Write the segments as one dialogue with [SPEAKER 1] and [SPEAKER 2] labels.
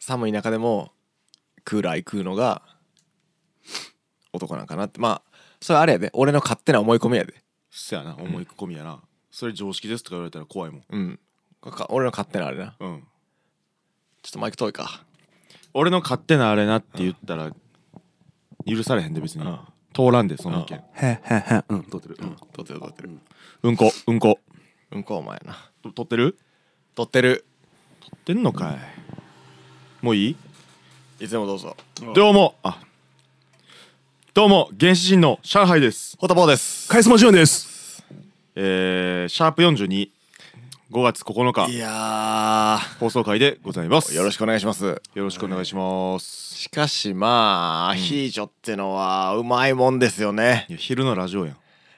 [SPEAKER 1] 寒い中でもクーラー行くのが男なんかなってまあそれあれやで俺の勝手な思い込みやで
[SPEAKER 2] そやな思い込みやな、それ常識ですとか言われたら怖いもん
[SPEAKER 1] うんか俺の勝手なあれな
[SPEAKER 2] うん
[SPEAKER 1] ちょっとマイク遠いか
[SPEAKER 2] 俺の勝手なあれなって言ったら許されへんで別に、
[SPEAKER 1] うん
[SPEAKER 2] 通らんでその意見、
[SPEAKER 3] へへへうん撮ってるうん
[SPEAKER 1] 撮ってる撮ってる
[SPEAKER 2] うん、こうんこ
[SPEAKER 1] うんこお前やな
[SPEAKER 2] と撮ってる
[SPEAKER 1] 撮ってる
[SPEAKER 2] 撮ってんのかい、もういい
[SPEAKER 1] いつでもどうぞ
[SPEAKER 2] どうもあどうも原始人の上海です
[SPEAKER 1] ホタボーです
[SPEAKER 3] カリスマジュンです
[SPEAKER 2] えー、シャープ425月9
[SPEAKER 1] い
[SPEAKER 2] 日
[SPEAKER 1] や
[SPEAKER 2] 放送回でございます
[SPEAKER 1] ーよろしくお願いします
[SPEAKER 2] よろしくお願いします
[SPEAKER 1] しかしまあアヒージョってのはうまいもんですよね
[SPEAKER 2] いや昼のラジオやん、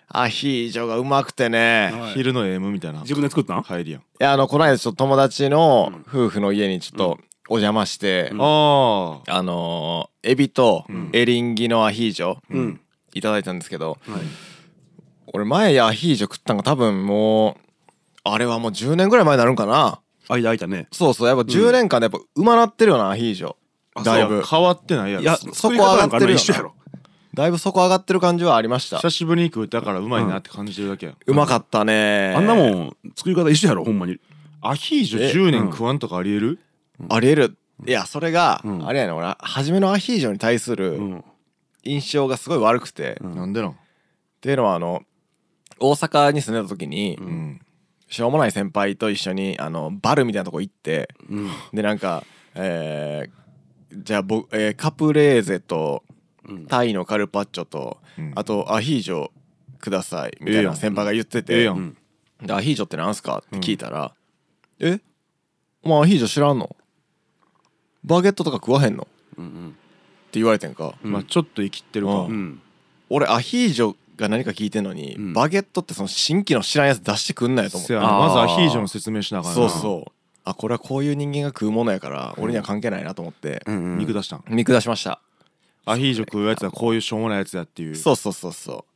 [SPEAKER 1] アヒージョがうまくてね
[SPEAKER 3] はい
[SPEAKER 2] 昼の AM みたいな
[SPEAKER 3] 自分で作ったん
[SPEAKER 2] 入りやん、
[SPEAKER 1] いやあのこの間ちょっと友達の夫婦の家にちょっとお邪魔して、
[SPEAKER 3] うん
[SPEAKER 2] ああ
[SPEAKER 1] あのーエビと
[SPEAKER 2] うん
[SPEAKER 1] エリンギのアヒージョ
[SPEAKER 3] うん
[SPEAKER 1] いただいたんですけど、
[SPEAKER 3] はい
[SPEAKER 1] 俺前アヒージョ食ったんが多分もうあれはもう10年ぐらい前になるんかな
[SPEAKER 3] 間空いたね
[SPEAKER 1] そうそうやっぱ10年間でやっぱうまなってるよなアヒージョ
[SPEAKER 3] あ
[SPEAKER 1] だいぶ
[SPEAKER 2] 変わってないやろ
[SPEAKER 3] いや
[SPEAKER 1] そ
[SPEAKER 3] 作り方なんかあんな一緒やろ
[SPEAKER 1] だいぶ底上がってる感じはありました
[SPEAKER 2] 久しぶりに食ったからうまいなって感じてるだけやん、
[SPEAKER 1] うまかったね
[SPEAKER 3] あんなもん作り方一緒やろほんまに
[SPEAKER 2] アヒージ
[SPEAKER 1] え
[SPEAKER 2] ョ10
[SPEAKER 3] う
[SPEAKER 2] 年
[SPEAKER 3] ん
[SPEAKER 2] 食わんとかありえる、
[SPEAKER 1] ありえるいやそれが、
[SPEAKER 3] うん
[SPEAKER 1] あれやね俺初めのアヒージョに対す
[SPEAKER 3] う
[SPEAKER 1] る
[SPEAKER 3] ん
[SPEAKER 1] 印象がすごい悪くて、
[SPEAKER 3] うん
[SPEAKER 2] なんでなん
[SPEAKER 1] っていうのはあの大阪に住んでた時に、
[SPEAKER 3] う
[SPEAKER 2] うん
[SPEAKER 1] しょうもない先輩と一緒にあのバルみたいなとこ行って
[SPEAKER 3] うん
[SPEAKER 1] でなんかえーじゃあ僕、えーカプレーゼと
[SPEAKER 3] うん
[SPEAKER 1] タイのカルパッチョと、
[SPEAKER 2] うん
[SPEAKER 1] あとアヒージョくださいみた
[SPEAKER 2] ええ
[SPEAKER 1] いな
[SPEAKER 2] や
[SPEAKER 1] ん先輩が言ってて、
[SPEAKER 2] ええや
[SPEAKER 3] うんん
[SPEAKER 1] でアヒージョってなんすかって聞いたら「えお前アヒージョ知らんのバゲットとか食わへんの?」って
[SPEAKER 3] うん
[SPEAKER 1] 言われてんか、
[SPEAKER 3] うん
[SPEAKER 2] まあちょっと生きってるか、
[SPEAKER 1] う
[SPEAKER 3] うん
[SPEAKER 1] 俺アヒージョが何か聞いてんのに、
[SPEAKER 3] うん
[SPEAKER 1] バゲットってその新規の知らんやつ出してくんないと思って
[SPEAKER 2] せやな
[SPEAKER 3] あー
[SPEAKER 2] まずアヒージョの説明しながら
[SPEAKER 1] そう
[SPEAKER 2] な
[SPEAKER 1] そうあこれはこういう人間が食うものやから俺には関係ないなと思って
[SPEAKER 3] うん
[SPEAKER 2] 肉出したん
[SPEAKER 1] 見下しました、
[SPEAKER 2] アヒージョ食うやつはこういうしょうもないやつだっていう
[SPEAKER 1] そうそうそうそう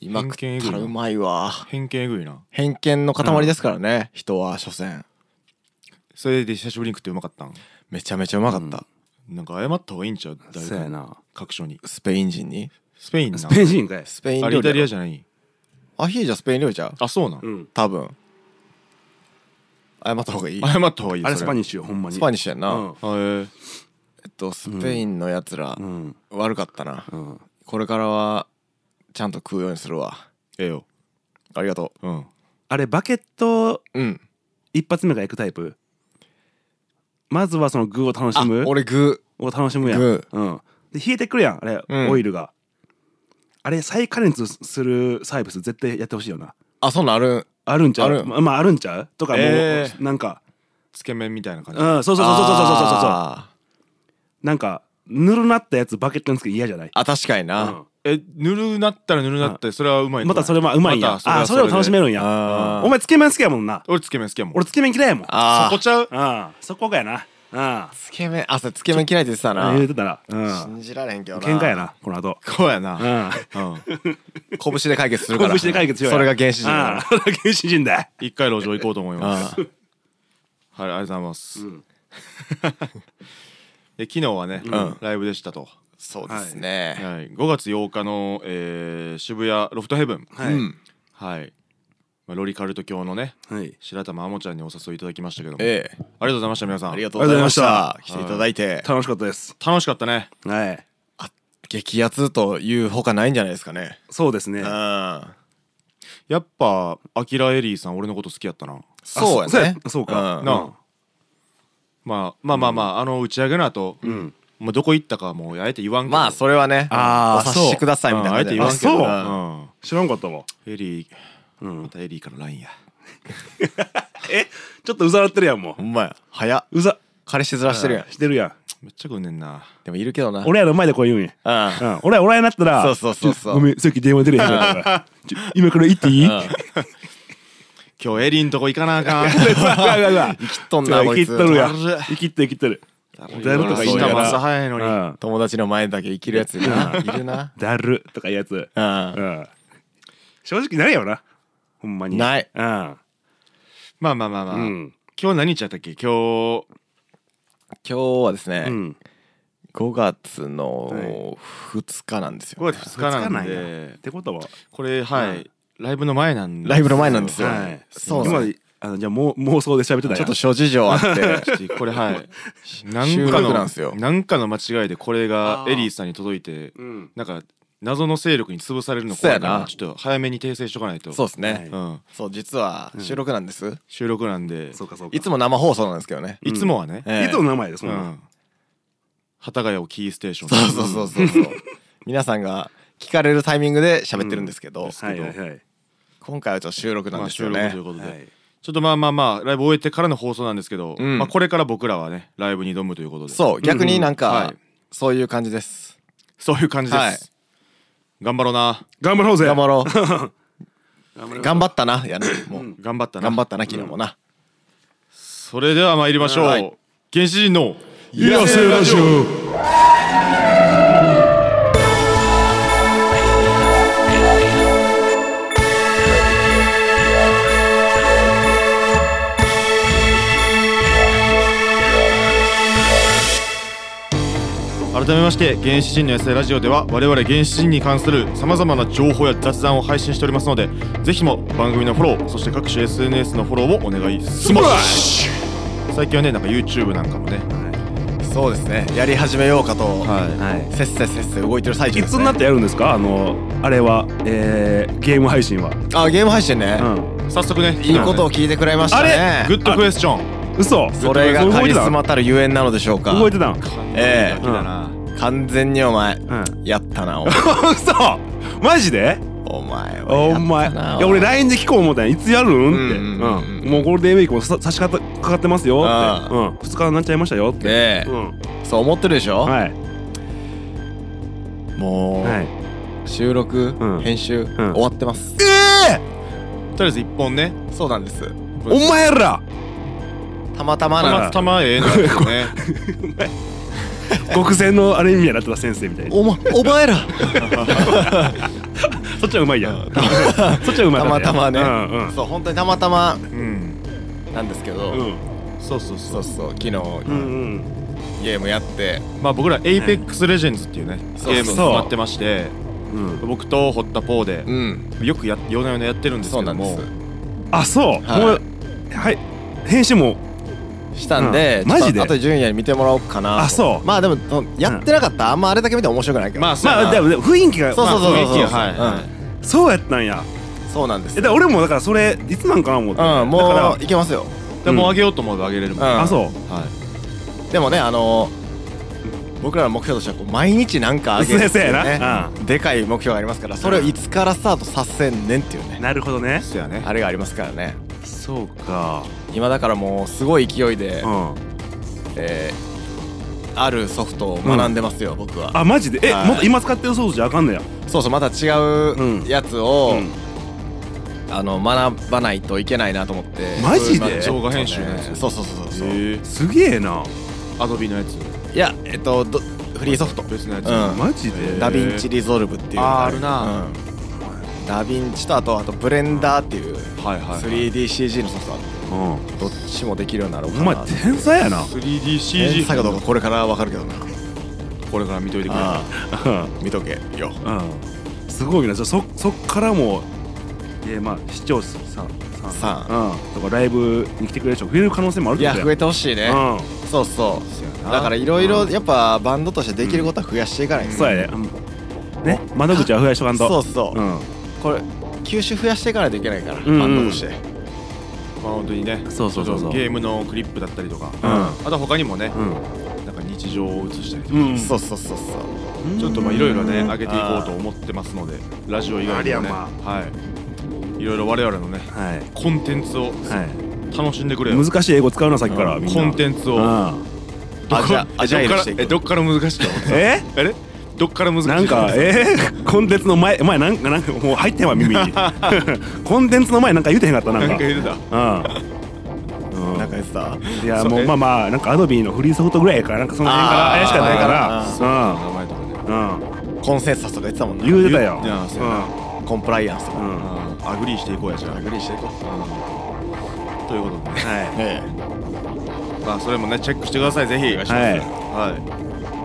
[SPEAKER 1] 今食
[SPEAKER 2] 偏
[SPEAKER 1] っ
[SPEAKER 2] 見えぐいな
[SPEAKER 1] たらうまいわ
[SPEAKER 2] 偏見えぐいな
[SPEAKER 1] 偏見の塊ですからね、人は所詮
[SPEAKER 2] それで久しぶりに食ってうまかったん
[SPEAKER 1] めちゃめちゃうまかった、
[SPEAKER 2] なんか謝った方がいいんちゃう誰
[SPEAKER 3] そうや
[SPEAKER 2] か
[SPEAKER 3] な
[SPEAKER 2] 各所に
[SPEAKER 1] スペイン人に
[SPEAKER 2] スペインな
[SPEAKER 3] スペイン人かい
[SPEAKER 1] スペイン
[SPEAKER 2] あれ
[SPEAKER 1] 料
[SPEAKER 2] イタリ
[SPEAKER 1] 理
[SPEAKER 2] ア
[SPEAKER 1] や
[SPEAKER 2] じゃない
[SPEAKER 1] ろアヒージョスペイン料理ちゃう
[SPEAKER 2] あそうなん、
[SPEAKER 3] うん
[SPEAKER 1] 多分謝った方がいい
[SPEAKER 2] 謝った方がいい
[SPEAKER 3] あれスパニ
[SPEAKER 2] ッ
[SPEAKER 3] ッシュよほんまに
[SPEAKER 1] スパニッシュやんな、
[SPEAKER 3] うん
[SPEAKER 2] シュへえ
[SPEAKER 1] えっとスペインのやつら、
[SPEAKER 3] うん
[SPEAKER 1] 悪かったな
[SPEAKER 3] うん
[SPEAKER 1] これからはちゃんと食うようにするわ
[SPEAKER 2] ええよ
[SPEAKER 1] ありがと
[SPEAKER 2] うん
[SPEAKER 3] あれバケット
[SPEAKER 1] ううん
[SPEAKER 3] 一発目が行くタイプまずはその具を楽
[SPEAKER 1] あ
[SPEAKER 3] しむ
[SPEAKER 1] 俺グ
[SPEAKER 3] を楽しむやん、
[SPEAKER 1] グ
[SPEAKER 3] うん、で冷えてくるやんあれ、
[SPEAKER 1] うん
[SPEAKER 3] オイルがあれ再加熱するサービス絶対やってほしいよな
[SPEAKER 1] ーあそんなんあるん
[SPEAKER 3] あるんちゃ
[SPEAKER 1] あ
[SPEAKER 3] う
[SPEAKER 1] る
[SPEAKER 3] ままああるんちゃうとかもう、
[SPEAKER 2] えー
[SPEAKER 3] なんか
[SPEAKER 2] つけ麺みたいな感
[SPEAKER 3] うん
[SPEAKER 2] じ、
[SPEAKER 3] そうそうそうそうそうそうそうそう
[SPEAKER 1] あ
[SPEAKER 3] なんかぬるなったやつバケットにつけ嫌じゃない
[SPEAKER 1] ーあ確かにな、
[SPEAKER 3] うん
[SPEAKER 2] えぬるなったらぬるなってそれはうまいの
[SPEAKER 3] またそれもうまいんや、
[SPEAKER 2] また
[SPEAKER 3] あそれを楽しめ
[SPEAKER 2] る
[SPEAKER 3] るんや
[SPEAKER 1] あー
[SPEAKER 3] お前つけ麺好きやもんな
[SPEAKER 2] 俺つけ麺好きやもん
[SPEAKER 3] 俺つけ麺嫌いやもん
[SPEAKER 1] あ
[SPEAKER 2] そこちゃう
[SPEAKER 3] うんそこがやなうん
[SPEAKER 1] つけ麺あそれつけ麺嫌いって言ってたな
[SPEAKER 3] 言うてたらうん
[SPEAKER 1] 信じられへんけどな
[SPEAKER 3] 喧嘩やなこの後
[SPEAKER 2] こうや
[SPEAKER 3] う
[SPEAKER 2] な、
[SPEAKER 3] ん
[SPEAKER 2] う
[SPEAKER 1] 拳
[SPEAKER 2] ん、
[SPEAKER 1] で解決するから
[SPEAKER 3] 拳で解決しようや
[SPEAKER 1] それが原始人だ
[SPEAKER 3] あ
[SPEAKER 1] な
[SPEAKER 3] あ原始人だ
[SPEAKER 2] 一回路上行こうと思いま
[SPEAKER 1] あ
[SPEAKER 2] す
[SPEAKER 1] ー
[SPEAKER 2] はい、ありがとうございます。
[SPEAKER 3] うん
[SPEAKER 2] で昨日はね、
[SPEAKER 1] ん
[SPEAKER 2] ライブでしたと。
[SPEAKER 1] そうですね、
[SPEAKER 2] はい、5月8日の、えー渋谷ロフトヘブン、
[SPEAKER 3] はい
[SPEAKER 1] うん
[SPEAKER 2] はいまあ、ロリカルト教のね
[SPEAKER 3] はい
[SPEAKER 2] 白玉あもちゃんにお誘いいただきましたけども、あり
[SPEAKER 1] ええ
[SPEAKER 2] がとうございました皆さん
[SPEAKER 1] ありがとうございました
[SPEAKER 3] あ
[SPEAKER 1] 来ていただいて
[SPEAKER 3] 楽しかったです
[SPEAKER 2] 楽しかったね
[SPEAKER 3] はい
[SPEAKER 1] 激アツというほかないんじゃないですかね
[SPEAKER 3] そうですね
[SPEAKER 1] うん
[SPEAKER 2] やっぱアキラエリーさん俺のこと好きやったな
[SPEAKER 1] そうやね
[SPEAKER 3] あそうか
[SPEAKER 1] うん
[SPEAKER 2] なあまあまあまあまあ、あの打ち上げの後、
[SPEAKER 3] うん
[SPEAKER 2] もうどこ行ったかはもうあえて言わんけど
[SPEAKER 1] まあそれはね
[SPEAKER 3] あ
[SPEAKER 1] お
[SPEAKER 3] ー
[SPEAKER 1] 察しくださいみたい
[SPEAKER 2] うん
[SPEAKER 1] な
[SPEAKER 2] あえて言わんけど
[SPEAKER 3] あ
[SPEAKER 1] そう
[SPEAKER 2] うん
[SPEAKER 3] 知らんかったわ
[SPEAKER 2] エリー
[SPEAKER 3] うん
[SPEAKER 2] またエリーから LINE や
[SPEAKER 3] えちょっとうざらってるやんも
[SPEAKER 1] ほんまや早っ
[SPEAKER 3] ううざ
[SPEAKER 1] 彼氏ずらしてるやん
[SPEAKER 3] してるやん
[SPEAKER 2] めっちゃ来んねんな
[SPEAKER 1] でもいるけどな
[SPEAKER 3] 俺らの前でこう言うんや
[SPEAKER 1] うん
[SPEAKER 3] うん俺らおらんやなったら
[SPEAKER 1] そうそうそうそう
[SPEAKER 3] ちょごめんさっき電話出れへんかっ たからちょ今から行っていいうわ
[SPEAKER 2] 今日エリーんとこ行かなあ かん
[SPEAKER 3] うわうわうわ
[SPEAKER 1] 生きっとんなこ
[SPEAKER 3] 生
[SPEAKER 1] い
[SPEAKER 3] き
[SPEAKER 1] つ
[SPEAKER 3] っとるやん
[SPEAKER 2] だる
[SPEAKER 3] 生きってる生きってるだるとか言い
[SPEAKER 1] そう
[SPEAKER 3] な
[SPEAKER 1] や
[SPEAKER 3] が
[SPEAKER 1] な
[SPEAKER 2] 朝
[SPEAKER 3] ら
[SPEAKER 2] 早いのに
[SPEAKER 3] うん
[SPEAKER 1] 友達の前だけ生きるやついるないるな
[SPEAKER 3] だるとかいうやつ
[SPEAKER 1] うん
[SPEAKER 3] うん正直ないよなほんまに
[SPEAKER 1] ない
[SPEAKER 3] うん
[SPEAKER 2] まあまあまあまあ、
[SPEAKER 3] うん
[SPEAKER 2] 今日何日やったっけ今日
[SPEAKER 1] 今日はですね、
[SPEAKER 3] うん
[SPEAKER 1] 5月
[SPEAKER 3] はい
[SPEAKER 1] の2日なんですよ、
[SPEAKER 2] 5月2日なんで
[SPEAKER 3] ってことは
[SPEAKER 2] これはい、
[SPEAKER 3] うん
[SPEAKER 2] ライブの前なんです
[SPEAKER 1] ライブの前なんですよ、
[SPEAKER 3] はい
[SPEAKER 1] そうなん
[SPEAKER 3] 今
[SPEAKER 1] です
[SPEAKER 3] あのじゃあもう妄想で喋ってた
[SPEAKER 1] ちょっと
[SPEAKER 3] ち
[SPEAKER 1] 諸事情あって
[SPEAKER 2] ちょっとこれはい
[SPEAKER 1] 収
[SPEAKER 2] 何か
[SPEAKER 1] 録
[SPEAKER 2] の
[SPEAKER 1] なん
[SPEAKER 2] 何
[SPEAKER 1] ですよ
[SPEAKER 2] かの間違いでこれが
[SPEAKER 3] あー
[SPEAKER 2] エリーさんに届いて
[SPEAKER 3] うん
[SPEAKER 2] なんか謎の勢力に潰されるの怖いか
[SPEAKER 1] そうや
[SPEAKER 2] ら
[SPEAKER 1] な
[SPEAKER 2] ちょっと早めに訂正しとかないと
[SPEAKER 1] そうですね、
[SPEAKER 3] はい
[SPEAKER 2] うん、
[SPEAKER 1] そう実は収録なんです、
[SPEAKER 2] 収録なんで
[SPEAKER 3] そうかそうか
[SPEAKER 1] いつも生放送なんですけどね、
[SPEAKER 2] いつもはね、
[SPEAKER 1] ええ
[SPEAKER 3] いつの名前です
[SPEAKER 2] う
[SPEAKER 3] もんね
[SPEAKER 2] ん、幡ヶ谷をキーステーション
[SPEAKER 1] そうそうそうそうそう皆さんが聞かれるタイミングで喋ってるんですけど、
[SPEAKER 2] けど
[SPEAKER 3] はいはいはい
[SPEAKER 1] 今回はちょっと収録なん
[SPEAKER 2] まあ
[SPEAKER 1] です
[SPEAKER 2] 収
[SPEAKER 1] よ
[SPEAKER 2] 録
[SPEAKER 1] ね、
[SPEAKER 2] ということで、
[SPEAKER 3] はい
[SPEAKER 2] ちょっとまあまあまあライブ終えてからの放送なんですけど、
[SPEAKER 1] うん
[SPEAKER 2] まあこれから僕らはねライブに挑むということで
[SPEAKER 1] そう逆になんか、
[SPEAKER 2] うんうんはい
[SPEAKER 1] そういう感じです
[SPEAKER 2] そういう感じです、
[SPEAKER 1] はい
[SPEAKER 2] 頑張ろうな
[SPEAKER 3] 頑張ろうぜ
[SPEAKER 1] 頑張ろう
[SPEAKER 3] 頑張ろう
[SPEAKER 1] 頑張ったな やねもう、
[SPEAKER 2] 頑張ったな
[SPEAKER 1] 頑張ったな昨日もな、
[SPEAKER 2] それでは参りましょう、
[SPEAKER 1] はい
[SPEAKER 2] 原始人の
[SPEAKER 3] 野生ラジオ
[SPEAKER 2] 改めまして原始人の野生ラジオでは我々原始人に関するさまざまな情報や雑談を配信しておりますのでぜひも番組のフォローそして各種 SNS のフォローをお願いします最近はねなんか YouTube なんかもね
[SPEAKER 1] そうですねやり始めようかと、
[SPEAKER 2] は
[SPEAKER 3] はい
[SPEAKER 1] せっせせっせ動いてる最中
[SPEAKER 3] い
[SPEAKER 1] で
[SPEAKER 3] つ
[SPEAKER 1] す、
[SPEAKER 3] に
[SPEAKER 1] ね、
[SPEAKER 3] なってやるんですかあのあれはえーゲーム配信は
[SPEAKER 1] あゲーム配信ね、
[SPEAKER 3] う
[SPEAKER 2] い早速ね
[SPEAKER 1] いいことを聞いてくれましたね
[SPEAKER 3] あ
[SPEAKER 2] グッドクエスチョン
[SPEAKER 3] ん嘘
[SPEAKER 1] それがカリスマたるゆえんなのでしょうか
[SPEAKER 3] 動いてたん
[SPEAKER 1] ええ
[SPEAKER 2] 完璧だな
[SPEAKER 1] 完全にお前
[SPEAKER 3] うん
[SPEAKER 1] やったなお
[SPEAKER 3] 嘘マジで
[SPEAKER 1] お前はや
[SPEAKER 3] お
[SPEAKER 1] ったな
[SPEAKER 3] 前いや俺 LINE で聞こう思ったんやいつやるんって、
[SPEAKER 1] う
[SPEAKER 3] うんん
[SPEAKER 1] うんうん
[SPEAKER 3] もうゴールデンウィークもさ差し掛かかってますよって、うん、2日になっちゃいましたよっ
[SPEAKER 1] ね
[SPEAKER 3] て、
[SPEAKER 1] え
[SPEAKER 3] うん、
[SPEAKER 1] そう思ってるでしょ、
[SPEAKER 3] はい
[SPEAKER 1] もう、
[SPEAKER 3] はい
[SPEAKER 1] 収録、
[SPEAKER 3] うん
[SPEAKER 1] 編集、
[SPEAKER 3] ん
[SPEAKER 1] 終わってます
[SPEAKER 3] え
[SPEAKER 2] とりあえず一本ね
[SPEAKER 1] そうなんです
[SPEAKER 3] えお前ら
[SPEAKER 1] たまたま
[SPEAKER 2] た
[SPEAKER 1] な
[SPEAKER 2] またまええな ね
[SPEAKER 3] 極戦のあれみたいになってた先生み たいに
[SPEAKER 1] おま、お前ら
[SPEAKER 3] そっちはうまいやん そっちはうまい
[SPEAKER 1] たまたまね、
[SPEAKER 3] うんうん
[SPEAKER 1] そう本当にたまたま
[SPEAKER 2] うん
[SPEAKER 1] なんですけど、
[SPEAKER 3] うん
[SPEAKER 2] そうそうそ
[SPEAKER 1] そううそう昨日、
[SPEAKER 3] うん
[SPEAKER 1] ゲームやって
[SPEAKER 2] まあ僕ら APEX Legends っていうね
[SPEAKER 1] そう
[SPEAKER 2] ゲームにハマってまして
[SPEAKER 3] うんうん
[SPEAKER 2] 僕と堀田ポーで
[SPEAKER 1] うん
[SPEAKER 2] よくや夜な夜なやってるんです
[SPEAKER 1] そう
[SPEAKER 2] け
[SPEAKER 1] な
[SPEAKER 2] ど
[SPEAKER 1] んで
[SPEAKER 2] も
[SPEAKER 3] あそう、
[SPEAKER 1] はい
[SPEAKER 3] もうはい編集も
[SPEAKER 1] すしたんで、
[SPEAKER 3] うんマジで
[SPEAKER 1] あと純也に見てもらおうかなと
[SPEAKER 3] あそう
[SPEAKER 1] まあでもそのやってなかったらあんまあれだけ見ても面白くないけど
[SPEAKER 2] まあそうや
[SPEAKER 3] ま
[SPEAKER 2] な
[SPEAKER 3] あでもでも雰囲気が
[SPEAKER 1] そうそうそうそうそう、
[SPEAKER 2] まあ雰囲気ははいはい
[SPEAKER 1] うん
[SPEAKER 3] そうやったんや
[SPEAKER 1] そうなんです
[SPEAKER 3] え
[SPEAKER 1] よ
[SPEAKER 3] だから俺もだからそれいつなんかな思って、
[SPEAKER 1] うん
[SPEAKER 3] だ
[SPEAKER 1] も
[SPEAKER 3] か
[SPEAKER 1] ういけますよ
[SPEAKER 2] でもう上げようと思えば上げれるもん、
[SPEAKER 1] うん
[SPEAKER 3] らあそう
[SPEAKER 2] はい
[SPEAKER 1] でもねあのー僕らの目標としてはこう毎日なんかあげるっていう
[SPEAKER 3] そうやそうや
[SPEAKER 1] ね
[SPEAKER 3] な
[SPEAKER 1] でかい目標がありますからそれをいつからスタートさせんねんっていうね
[SPEAKER 3] なるほどね
[SPEAKER 2] そうやね
[SPEAKER 1] あれがありますからね
[SPEAKER 3] そうか
[SPEAKER 1] 今だからもうすごい勢いで、
[SPEAKER 3] うん
[SPEAKER 1] えーあるソフトを学んでますよ、僕は
[SPEAKER 3] あマジでえ、
[SPEAKER 1] はい
[SPEAKER 3] もっと今使ってるソースじゃあかんのや
[SPEAKER 1] そうそうまた違
[SPEAKER 3] うん
[SPEAKER 1] うやつを、
[SPEAKER 3] うん
[SPEAKER 1] あの学ばないといけないなと思って
[SPEAKER 3] マジで
[SPEAKER 1] そういう
[SPEAKER 2] 動画編集
[SPEAKER 1] そう
[SPEAKER 2] のや
[SPEAKER 1] ね
[SPEAKER 2] つ
[SPEAKER 1] そうそうそうそう、
[SPEAKER 2] え
[SPEAKER 3] すげえな、
[SPEAKER 2] アドビのやつ
[SPEAKER 1] いやえっとどフリーソフト
[SPEAKER 2] 別のやつ、
[SPEAKER 1] うん
[SPEAKER 3] マジで、
[SPEAKER 1] ダヴィンチリゾルブっていうのが
[SPEAKER 2] あ
[SPEAKER 1] るうんダヴィンチとあとあとブレンダーっていう
[SPEAKER 2] はいはい、はい、
[SPEAKER 1] 3DCG のソフトあって
[SPEAKER 3] うん、お
[SPEAKER 1] どっちもできるようになろうか
[SPEAKER 3] 前
[SPEAKER 1] な
[SPEAKER 3] 天才 やな
[SPEAKER 2] 3DCG
[SPEAKER 1] 天才かどうかこれからわかるけどな
[SPEAKER 2] これから見といてくれ
[SPEAKER 1] あ
[SPEAKER 3] うん
[SPEAKER 1] あ見とけよ
[SPEAKER 3] うんすごいなじゃあそそっからもえー、まあ視聴者さんさん
[SPEAKER 1] さ
[SPEAKER 3] うん、とかライブに来てくれる人増える可能性もあるっ
[SPEAKER 1] いや
[SPEAKER 3] てこと
[SPEAKER 1] 増えてほしいね
[SPEAKER 3] うん
[SPEAKER 1] そうそ
[SPEAKER 2] そうや
[SPEAKER 1] う
[SPEAKER 2] な
[SPEAKER 1] だからいろいろやっぱバンドとしてできることは増やしていかないと
[SPEAKER 3] そうやね、うんね窓口は増やしとかんと
[SPEAKER 1] そうそう
[SPEAKER 3] うん
[SPEAKER 1] これ球種増やしていかないといけないから
[SPEAKER 3] んうん
[SPEAKER 1] バンドとして
[SPEAKER 2] まあ本当にね
[SPEAKER 3] そうそうそうそう
[SPEAKER 2] ゲームのクリップだったりとか、
[SPEAKER 3] うん
[SPEAKER 2] あとは他にもね、
[SPEAKER 3] う
[SPEAKER 2] なんか日常を映したりとか、
[SPEAKER 3] んうん
[SPEAKER 1] そうそうそうそう
[SPEAKER 2] ちょっとまあいろいろね上
[SPEAKER 3] あ
[SPEAKER 2] げていこうと思ってますのでラジオ以
[SPEAKER 3] あ
[SPEAKER 2] 外
[SPEAKER 3] り
[SPEAKER 2] に
[SPEAKER 3] や
[SPEAKER 2] もね
[SPEAKER 3] ま
[SPEAKER 2] はいいろいろ我々のね
[SPEAKER 3] はい
[SPEAKER 2] コンテンツを
[SPEAKER 3] は
[SPEAKER 2] 楽しんでくれ
[SPEAKER 3] い
[SPEAKER 2] よ
[SPEAKER 3] 難しい英語使うなさっきから、
[SPEAKER 1] うん
[SPEAKER 3] みんな
[SPEAKER 2] コンテンツを
[SPEAKER 3] うん
[SPEAKER 1] アジャ
[SPEAKER 2] どこ
[SPEAKER 1] アジャイルしてい
[SPEAKER 2] え
[SPEAKER 1] く
[SPEAKER 2] どっから難しいと思った
[SPEAKER 3] え
[SPEAKER 2] あれどっから難しい
[SPEAKER 3] なんかえー、コンテンツの前前なんかなんかもう入ってんわ耳 にコンテンツの前なんか言うてへんかったな
[SPEAKER 2] なんん
[SPEAKER 3] か
[SPEAKER 2] か言うてた
[SPEAKER 3] うん、うん
[SPEAKER 1] なんか言ってた
[SPEAKER 3] いや
[SPEAKER 2] そう
[SPEAKER 3] もう
[SPEAKER 2] え
[SPEAKER 3] まあまあなんかアドビーのフリーソフトぐらいやからなんかその辺が
[SPEAKER 1] あー
[SPEAKER 3] 怪しかった
[SPEAKER 1] そ
[SPEAKER 3] か
[SPEAKER 2] 名前とかね
[SPEAKER 3] らうん
[SPEAKER 1] コンセンサスとか言ってたもん
[SPEAKER 3] うん言う
[SPEAKER 1] な
[SPEAKER 3] てたよ
[SPEAKER 2] いやそうや
[SPEAKER 1] コンプライアンスと
[SPEAKER 3] うん
[SPEAKER 1] か
[SPEAKER 3] うんは
[SPEAKER 2] あーアグリーしていこうやじゃあアグリーしていこうということでね
[SPEAKER 3] い
[SPEAKER 1] ええ
[SPEAKER 2] まあそれもねチェックしてくださいぜひはい
[SPEAKER 3] はい
[SPEAKER 2] は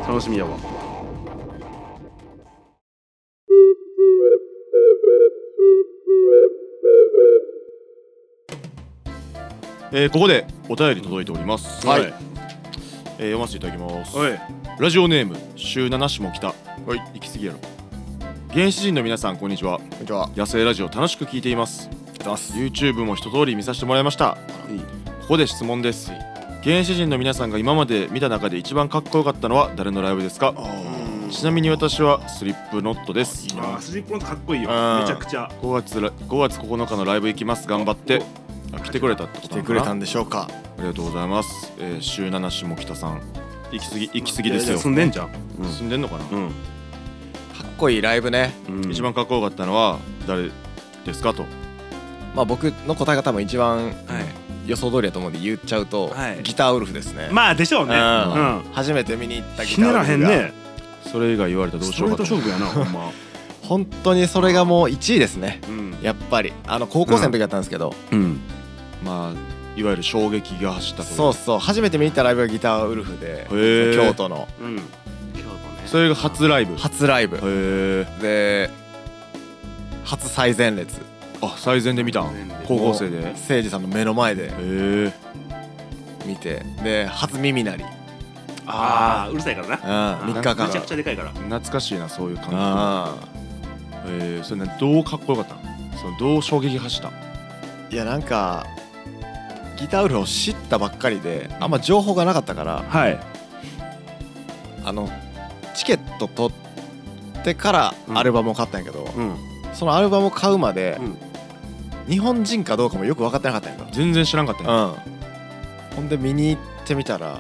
[SPEAKER 3] 楽しみやわ
[SPEAKER 2] いえーここでお便り届いております
[SPEAKER 1] はい
[SPEAKER 2] えー読ませていただきます
[SPEAKER 3] おい
[SPEAKER 2] ラジオネーム週7種も来たはい行き過ぎやろ原始人の皆さんこんにちは
[SPEAKER 1] こんにちはあり
[SPEAKER 2] 野生ラジオ楽しく聞いています
[SPEAKER 1] がとうございます
[SPEAKER 2] YouTube も一通り見させてもらいましたここで質問です原始人の皆さんが今まで見た中で一番かっこよかったのは誰のライブですかちなみに私はスリップノットです
[SPEAKER 3] いやスリップノットかっこいいよ
[SPEAKER 2] うん
[SPEAKER 3] めちゃくちゃ
[SPEAKER 2] 5月ら5月9日のライブ行きます頑張ってあ来てくれたってこと
[SPEAKER 1] 来
[SPEAKER 2] な
[SPEAKER 1] て
[SPEAKER 2] の
[SPEAKER 1] く
[SPEAKER 2] か
[SPEAKER 1] れ
[SPEAKER 2] な
[SPEAKER 1] たんでしょうか
[SPEAKER 2] ありがとうございます、えー、週7下北さん行き過ぎ行き過ぎです
[SPEAKER 3] いやい
[SPEAKER 2] よ
[SPEAKER 3] や住んでんじゃん
[SPEAKER 2] うん住んでんのかな、
[SPEAKER 3] うん
[SPEAKER 1] かっこいいライブね
[SPEAKER 3] うん
[SPEAKER 2] 一番かっこよかったのは誰ですかと
[SPEAKER 1] まあ僕の答えが多分一番
[SPEAKER 3] はい
[SPEAKER 1] 予想通りだと思うんで言っちゃうと、
[SPEAKER 3] はい
[SPEAKER 1] ギターウルフですね、
[SPEAKER 3] まあでしょうね
[SPEAKER 1] うん
[SPEAKER 3] う
[SPEAKER 1] 初めて見に行った
[SPEAKER 3] ん
[SPEAKER 1] ギ
[SPEAKER 3] ひ
[SPEAKER 1] ター
[SPEAKER 3] ね
[SPEAKER 1] ウル
[SPEAKER 3] ら
[SPEAKER 1] フ
[SPEAKER 3] へん
[SPEAKER 1] が
[SPEAKER 3] ね
[SPEAKER 2] それ以外言われたらどう
[SPEAKER 3] ス
[SPEAKER 2] し
[SPEAKER 3] ト
[SPEAKER 2] よ
[SPEAKER 3] レ
[SPEAKER 2] うか
[SPEAKER 3] ート
[SPEAKER 2] と
[SPEAKER 3] 勝負やなほんま
[SPEAKER 1] 本当にそれがもう1位ですね
[SPEAKER 3] うん
[SPEAKER 1] やっぱりあの高校生の時だったんですけど、
[SPEAKER 3] うん
[SPEAKER 2] まあいわゆる衝撃が走ったという
[SPEAKER 1] そうそう初めて見に行ったライブがギターウルフで
[SPEAKER 2] ー
[SPEAKER 1] 京都の
[SPEAKER 3] うん
[SPEAKER 2] それが初ライブへ
[SPEAKER 1] 初ライブ
[SPEAKER 2] え
[SPEAKER 1] で初最前列
[SPEAKER 2] あ最前で見たん
[SPEAKER 3] 最前で
[SPEAKER 2] 高校生でへ
[SPEAKER 1] 誠司さんの目の前で
[SPEAKER 2] え
[SPEAKER 1] 見てで初耳鳴り、うん、
[SPEAKER 3] ああうるさいからな
[SPEAKER 1] 3日間
[SPEAKER 3] めちゃくちゃでかいから
[SPEAKER 2] 懐かしいなそういう感
[SPEAKER 1] あ
[SPEAKER 2] 覚へえそれ、ね、どうかっこよかったのそのどう衝撃走った
[SPEAKER 1] いやなんかギターウルフを知ったばっかりであんま情報がなかったから
[SPEAKER 3] はい
[SPEAKER 1] あのチケット取ってから
[SPEAKER 3] うん
[SPEAKER 1] アルバムを買ったんやけど、
[SPEAKER 3] うん
[SPEAKER 1] そのアルバムを買うまで、
[SPEAKER 3] うん
[SPEAKER 1] 日本人かどうかもよく分かってなかったんやんか、
[SPEAKER 2] 全然知らんかったよ、
[SPEAKER 1] うん、ほんで見に行ってみたら、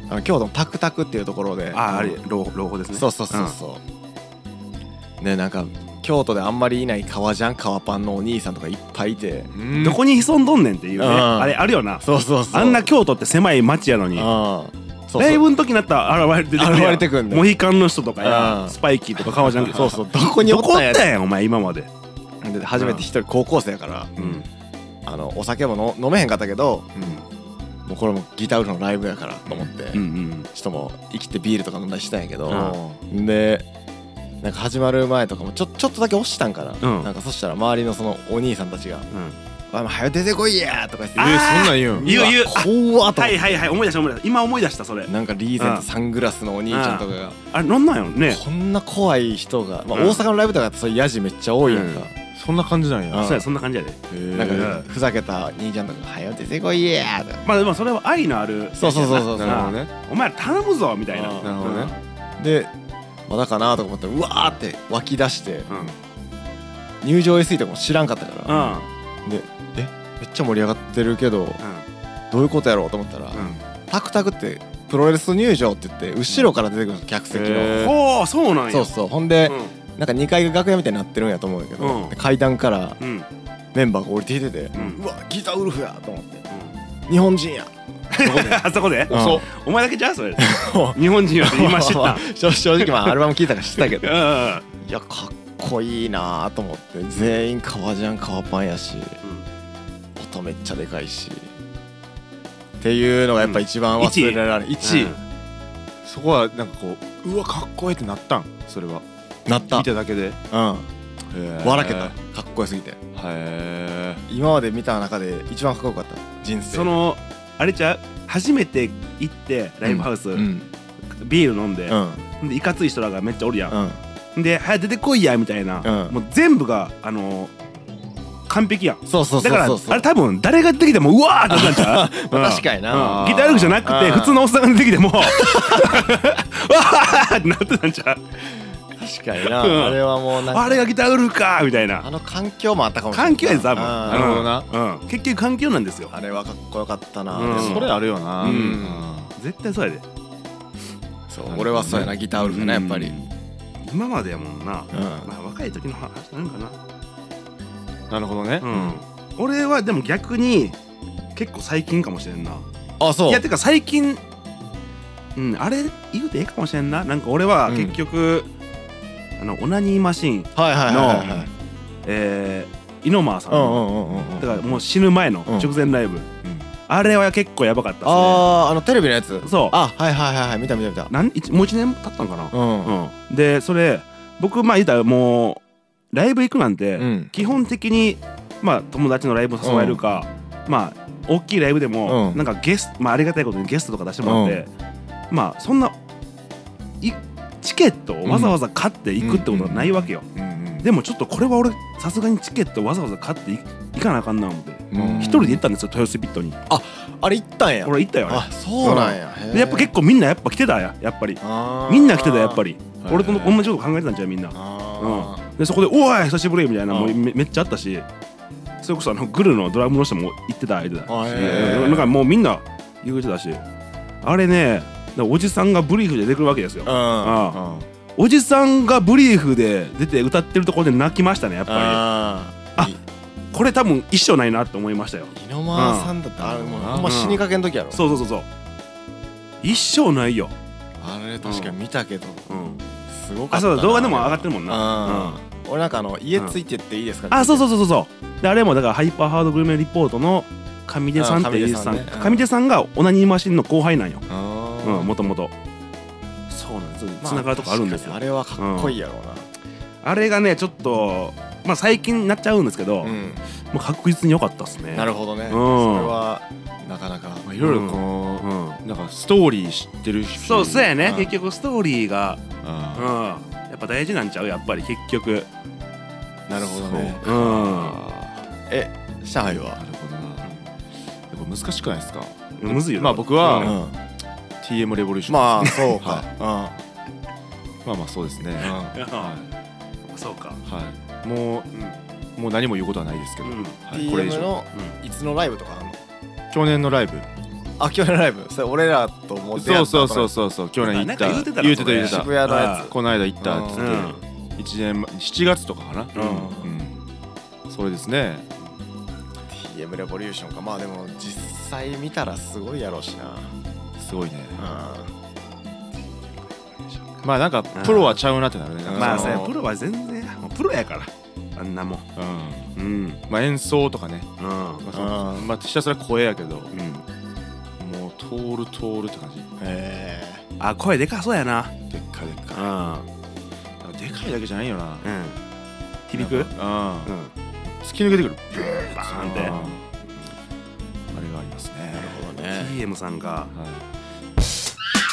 [SPEAKER 2] うん
[SPEAKER 1] あの京都のタクタクっていうところで
[SPEAKER 3] あああれ朗朗報ですね
[SPEAKER 1] そうそうそうそう、ねなんか京都であんまりいない革ジャン革パンのお兄さんとかいっぱいいて
[SPEAKER 2] うん
[SPEAKER 3] どこに潜んどんねんっていうね
[SPEAKER 1] うん
[SPEAKER 3] あれあるよな
[SPEAKER 1] そうそうそう
[SPEAKER 3] あんな京都って狭い町やのに
[SPEAKER 1] うんそうそう
[SPEAKER 3] ライブの時になったら現れてくるやん
[SPEAKER 1] 現れてくんね
[SPEAKER 3] モヒカンの人とかや
[SPEAKER 1] うん
[SPEAKER 3] スパイキーとか顔じゃんけど
[SPEAKER 1] そうそうどこに
[SPEAKER 3] ど
[SPEAKER 1] おっ
[SPEAKER 3] こお
[SPEAKER 1] たん
[SPEAKER 3] っ
[SPEAKER 1] や
[SPEAKER 3] たんやんお前今まで
[SPEAKER 1] で初めて一人高校生やから、
[SPEAKER 3] うん
[SPEAKER 1] あのお酒もの飲めへんかったけどもうこれもギターウルフのライブやからと思って、
[SPEAKER 3] うん
[SPEAKER 1] ち
[SPEAKER 3] う
[SPEAKER 1] ょ
[SPEAKER 3] ん
[SPEAKER 1] っともう生きてビールとか飲んだりしたんやけど、でなんか始まる前とかもちょちょっとだけ押したんかな,、
[SPEAKER 3] うん
[SPEAKER 1] なんかそしたら周りのそのお兄さんたちが
[SPEAKER 3] うんうん
[SPEAKER 1] 「お前も早よ出てこいや!」とか言って
[SPEAKER 2] えー、そんなん言うん
[SPEAKER 3] 言う言う
[SPEAKER 1] うわ怖っと思
[SPEAKER 3] は
[SPEAKER 1] っ
[SPEAKER 3] い
[SPEAKER 1] て
[SPEAKER 3] はいはい思い出した思い出した今思い出したそれ
[SPEAKER 1] なんかリーゼントサングラスのお兄ちゃんとかが
[SPEAKER 3] あれなんなんやろね
[SPEAKER 1] こんな怖い人が、まあ、
[SPEAKER 3] うん
[SPEAKER 1] 大阪のライブとかだとそういうヤジめっちゃ多いやんか、
[SPEAKER 2] そんな感じなんや
[SPEAKER 1] うん
[SPEAKER 3] そうやそんな感じやで
[SPEAKER 2] へえ
[SPEAKER 1] なん
[SPEAKER 3] う
[SPEAKER 1] か
[SPEAKER 3] ん
[SPEAKER 1] ふざけた兄ちゃんとかが「早よ出てこいや!」とか
[SPEAKER 3] まあでもそれは愛のある
[SPEAKER 1] そうそうそうそう
[SPEAKER 2] なるほどね
[SPEAKER 3] お前ら頼むぞみたいな
[SPEAKER 1] うん
[SPEAKER 2] なるほどね
[SPEAKER 1] でまだかなとか思ったらうわーって湧き出して
[SPEAKER 3] うんうん
[SPEAKER 1] 入場 SE とかも知らんかったから、
[SPEAKER 3] うん
[SPEAKER 1] でえめっちゃ盛り上がってるけどどういうことやろうと思ったら、タクタクってプロレス入場って言って後ろから出てくるの客席の、
[SPEAKER 2] へ
[SPEAKER 3] うんほうそうなんや
[SPEAKER 1] そうそうほんで、
[SPEAKER 3] う
[SPEAKER 1] なんか2階が楽屋みたいになってるんやと思うんやけど、
[SPEAKER 3] うん
[SPEAKER 1] で階段から
[SPEAKER 3] ん うん
[SPEAKER 1] メンバーが降りてきてて、
[SPEAKER 3] う
[SPEAKER 1] うんわギターウルフやと思って日本人や
[SPEAKER 3] あそこで
[SPEAKER 1] うん
[SPEAKER 3] そうお前だけじゃんそ れ日本人やって今知った
[SPEAKER 1] 正 正直まあアルバム聴いたから知ったけ
[SPEAKER 3] う
[SPEAKER 1] ど
[SPEAKER 3] んうん
[SPEAKER 1] いやかっこいいなと思って全員革ジャン革パンやし音めっちゃでかいしっていうのがやっぱ一番忘れられない1位
[SPEAKER 2] そこはなんかこううわかっこええってなったんそれは
[SPEAKER 1] なった
[SPEAKER 2] 見ただけで
[SPEAKER 1] うん笑けたかっこよすぎて
[SPEAKER 2] たへえ
[SPEAKER 1] 今まで見た中で一番かっこよかった人生
[SPEAKER 3] そのあれちゃう初めて行ってライブハウス
[SPEAKER 1] うん
[SPEAKER 3] ビール飲んで
[SPEAKER 1] うん
[SPEAKER 3] ほんでいかつい人らがめっちゃおるや
[SPEAKER 1] うんん
[SPEAKER 3] ほんで「早く出てこいや」みたいな
[SPEAKER 1] うん
[SPEAKER 3] もう全部があの完璧やん
[SPEAKER 1] そうそう
[SPEAKER 3] だ
[SPEAKER 1] そ
[SPEAKER 3] か
[SPEAKER 1] う
[SPEAKER 3] ら
[SPEAKER 1] そうそう
[SPEAKER 3] あれ多分誰が出てきてもうわーってなっち ゃう
[SPEAKER 1] まあ確かにな
[SPEAKER 3] うんギター力じゃなくて
[SPEAKER 1] うん
[SPEAKER 3] 普通のおっさんが出てきても わーってなってたんちゃう
[SPEAKER 1] 確かにな、
[SPEAKER 3] うん
[SPEAKER 1] あれはもうなんか
[SPEAKER 3] あれがギター売るかみたいな
[SPEAKER 1] あの環境もあったかもしれない
[SPEAKER 3] 環境やで多分
[SPEAKER 1] あ
[SPEAKER 2] なるほどな
[SPEAKER 3] な結局環境なんですよ
[SPEAKER 1] あれはかっこよかったな、
[SPEAKER 3] うん
[SPEAKER 1] でも
[SPEAKER 2] それあるよな
[SPEAKER 3] うん
[SPEAKER 2] うん
[SPEAKER 3] 絶対そうやで
[SPEAKER 1] そう俺はそうやなギターウルフねやっぱり、うん
[SPEAKER 3] 今までやもんなまあ若い時の話なんかな
[SPEAKER 2] なるほどね
[SPEAKER 3] うん俺はでも逆に結構最近かもしれんな
[SPEAKER 1] あそう
[SPEAKER 3] いやてか最近うんあれ言うてええかもしれんななんか俺は
[SPEAKER 1] うん
[SPEAKER 3] 結局、あのオナニーマシーン
[SPEAKER 1] はいはいはいはい
[SPEAKER 3] えー、イノマーさん
[SPEAKER 1] うんう
[SPEAKER 3] の、
[SPEAKER 1] んうんうんうん
[SPEAKER 3] だからもう死ぬ前の
[SPEAKER 1] うん
[SPEAKER 3] 直前ライブ、
[SPEAKER 2] うん
[SPEAKER 3] あれは結構やばかったですね
[SPEAKER 1] あああのテレビのやつ
[SPEAKER 3] そう
[SPEAKER 1] あはいはいはいはい見た見た見た
[SPEAKER 3] なん一もう1年経ったんかな、
[SPEAKER 1] うんうん
[SPEAKER 3] うんでそれ僕まあ言ったらもうライブ行くなんて、
[SPEAKER 1] うん
[SPEAKER 3] 基本的にまあ友達のライブ誘われるか、まあ大きいライブでも、
[SPEAKER 1] うん
[SPEAKER 3] なんかゲスト、まあ、ありがたいことにゲストとか出してもらって、まあそんないチケットをわざわざ買っていくってことはないわけよ、
[SPEAKER 1] うん
[SPEAKER 3] でもちょっとこれは俺さすがにチケットわざわざ買っていいかなあかんな思って
[SPEAKER 1] うん
[SPEAKER 3] 一人で行ったんですよ豊洲ピットに
[SPEAKER 1] あれ行ったんや
[SPEAKER 3] 俺行ったよあ
[SPEAKER 1] あそうなんや
[SPEAKER 3] れでやっぱ結構みんなやっぱ来てたややっぱり
[SPEAKER 1] 構
[SPEAKER 3] みんな来てたやっぱり
[SPEAKER 1] はい
[SPEAKER 3] 俺と同じこと考えてたんじゃうみんな
[SPEAKER 1] あー
[SPEAKER 3] でそこで「おい久しぶり」みたいなもう
[SPEAKER 1] うん
[SPEAKER 3] めめっちゃあったしそれこそあのグルのドラムの人も行ってた相手だし
[SPEAKER 1] あへー
[SPEAKER 3] なんかもうみんな言うてたしあれねおじさんがブリーフで出てくるわけですよ
[SPEAKER 1] うん
[SPEAKER 3] あおじさんがブリーフで出て歌ってるところで泣きましたねやっぱ
[SPEAKER 1] あ
[SPEAKER 3] りりこれ多分一生ないなと思いましたよ
[SPEAKER 1] 井ノ間さんだったあれもうほんま死にかけの時やろ
[SPEAKER 3] そうそうそうそう一生ないよ、
[SPEAKER 1] あれ確かに見たけど
[SPEAKER 3] うん、
[SPEAKER 1] すごかった
[SPEAKER 3] あそうだ動画でも上がってるもんな、
[SPEAKER 1] な俺なんかあの家ついてっていいですか
[SPEAKER 3] うん、あそうそううそうそうそうであれもだからハイパーハードグルメリポートの上出さんっていうさ
[SPEAKER 1] あ上出さん
[SPEAKER 3] ん
[SPEAKER 1] ねうん
[SPEAKER 3] 上出さんがオナニーマシンの後輩なんよ
[SPEAKER 1] うん
[SPEAKER 3] もともとそうなんです
[SPEAKER 1] まあ
[SPEAKER 3] つながるとこあるんです
[SPEAKER 1] 確か
[SPEAKER 3] よあ
[SPEAKER 1] にあれはかっこいいやろうな
[SPEAKER 3] れがねちょっとまあ最近になっちゃうんですけど、も
[SPEAKER 1] う
[SPEAKER 3] う確実に良かったっすね
[SPEAKER 1] んなる
[SPEAKER 3] ほ
[SPEAKER 1] ほどねそれはなかなか
[SPEAKER 2] まあいろいろこ
[SPEAKER 3] ど、
[SPEAKER 2] の
[SPEAKER 3] うん、
[SPEAKER 2] なんかストーリー知ってる人
[SPEAKER 3] そうそうやね、
[SPEAKER 1] うん
[SPEAKER 3] 結局ストーリーが、うん、
[SPEAKER 2] あ
[SPEAKER 3] やっぱ大事なんちゃうやっぱり結局
[SPEAKER 1] なるほどね
[SPEAKER 3] う
[SPEAKER 2] ー
[SPEAKER 3] ん
[SPEAKER 2] あ
[SPEAKER 1] え上海
[SPEAKER 2] ー
[SPEAKER 1] は
[SPEAKER 2] なるほどなやっぱ難しくないですか
[SPEAKER 3] むずいよな
[SPEAKER 2] まあ僕
[SPEAKER 1] う
[SPEAKER 2] は
[SPEAKER 1] ん
[SPEAKER 2] TM レボリューション
[SPEAKER 1] まあそう
[SPEAKER 2] は
[SPEAKER 1] か
[SPEAKER 2] まあまあそうですね
[SPEAKER 1] うんうん
[SPEAKER 3] いや
[SPEAKER 2] は
[SPEAKER 3] そうか
[SPEAKER 2] いはいもうもう何も言うことはないですけど
[SPEAKER 3] うん
[SPEAKER 2] はいこれ以
[SPEAKER 1] TM
[SPEAKER 2] 上
[SPEAKER 1] のいつのライブとかあんの
[SPEAKER 2] 去年のライブ
[SPEAKER 1] あ去年のライブそれ俺らとも出会
[SPEAKER 2] そう
[SPEAKER 1] った
[SPEAKER 2] そ
[SPEAKER 1] 後
[SPEAKER 2] うそうそうそう去年行
[SPEAKER 3] な
[SPEAKER 2] っ
[SPEAKER 3] んか
[SPEAKER 2] た
[SPEAKER 3] 言うてたな
[SPEAKER 2] 言うて
[SPEAKER 3] そ
[SPEAKER 2] た
[SPEAKER 3] れ
[SPEAKER 2] 言うて
[SPEAKER 1] 渋
[SPEAKER 2] た
[SPEAKER 1] 谷のや
[SPEAKER 2] この間行ったっつっ
[SPEAKER 3] う
[SPEAKER 2] て
[SPEAKER 3] ん
[SPEAKER 2] 1年前7月とかかな
[SPEAKER 3] う
[SPEAKER 2] うんそれですね
[SPEAKER 1] つ TM レボリューションかまあでも実際見たらすごいやろうしな
[SPEAKER 2] すごいね
[SPEAKER 1] うん
[SPEAKER 2] まあなんかプロはちゃうなってなるねなんか
[SPEAKER 3] まあ
[SPEAKER 2] そ
[SPEAKER 3] さ
[SPEAKER 2] の
[SPEAKER 3] プロは全然もうプロやからあんなもん
[SPEAKER 2] うん
[SPEAKER 3] うんうん
[SPEAKER 2] まあ演奏とかねまあその
[SPEAKER 1] あー
[SPEAKER 2] まあひたすら声やけど
[SPEAKER 3] うん
[SPEAKER 2] もう通る通るって感じ
[SPEAKER 1] え
[SPEAKER 3] あ声でかそうやな
[SPEAKER 2] でっかいでっか
[SPEAKER 3] う
[SPEAKER 2] いなんかでかいだけじゃないよなん
[SPEAKER 3] うん響くうん
[SPEAKER 2] なんかうん突き抜けてくる
[SPEAKER 3] バーンっ
[SPEAKER 2] うん
[SPEAKER 3] て
[SPEAKER 2] あれがありますね
[SPEAKER 1] ー、なるほどね
[SPEAKER 3] TM さんが
[SPEAKER 2] は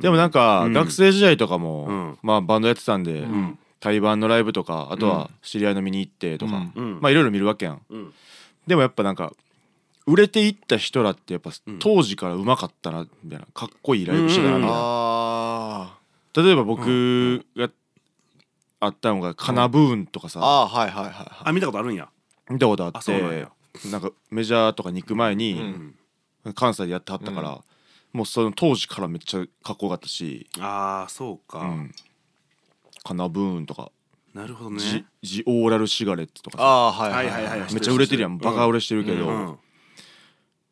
[SPEAKER 2] いでもなんか
[SPEAKER 3] うん
[SPEAKER 2] 学生時代とか
[SPEAKER 3] う
[SPEAKER 2] も
[SPEAKER 3] ん
[SPEAKER 2] まあバンドやってたんで
[SPEAKER 3] うん
[SPEAKER 2] 対バンのライブとかあと
[SPEAKER 3] うん
[SPEAKER 2] は知り合いの見に行ってとか
[SPEAKER 1] うん
[SPEAKER 3] うん
[SPEAKER 2] まあいろいろ見るわけやん
[SPEAKER 3] うん
[SPEAKER 2] でもやっぱなんか売れていった人らってやっぱ
[SPEAKER 3] うん
[SPEAKER 2] 当時からうまかったなみたいなかっこいいライブしてたなみたいな
[SPEAKER 1] あー
[SPEAKER 2] 例えば僕があったのがカナブーンとかさ
[SPEAKER 1] あーはいはいはいは
[SPEAKER 3] あ見たことあるんや
[SPEAKER 2] 見たことあ
[SPEAKER 3] あ
[SPEAKER 2] っ
[SPEAKER 3] そうなん
[SPEAKER 2] て
[SPEAKER 3] や
[SPEAKER 2] なんかメジャーとかに行く前
[SPEAKER 1] う
[SPEAKER 2] に
[SPEAKER 1] ん
[SPEAKER 2] 関西でやってはったからもうその当時からめっちゃかっこよかったし
[SPEAKER 3] あーそう
[SPEAKER 2] う
[SPEAKER 3] か
[SPEAKER 2] んカナブーンとか
[SPEAKER 3] なるほど
[SPEAKER 2] ジ
[SPEAKER 3] ね
[SPEAKER 2] ジオーラルシガレットとかさ
[SPEAKER 1] あーはいはい
[SPEAKER 3] はいはいはい
[SPEAKER 2] めっちゃ売れてるや
[SPEAKER 3] うんん
[SPEAKER 2] バカ売れしてるけ
[SPEAKER 1] う
[SPEAKER 2] ど
[SPEAKER 3] うん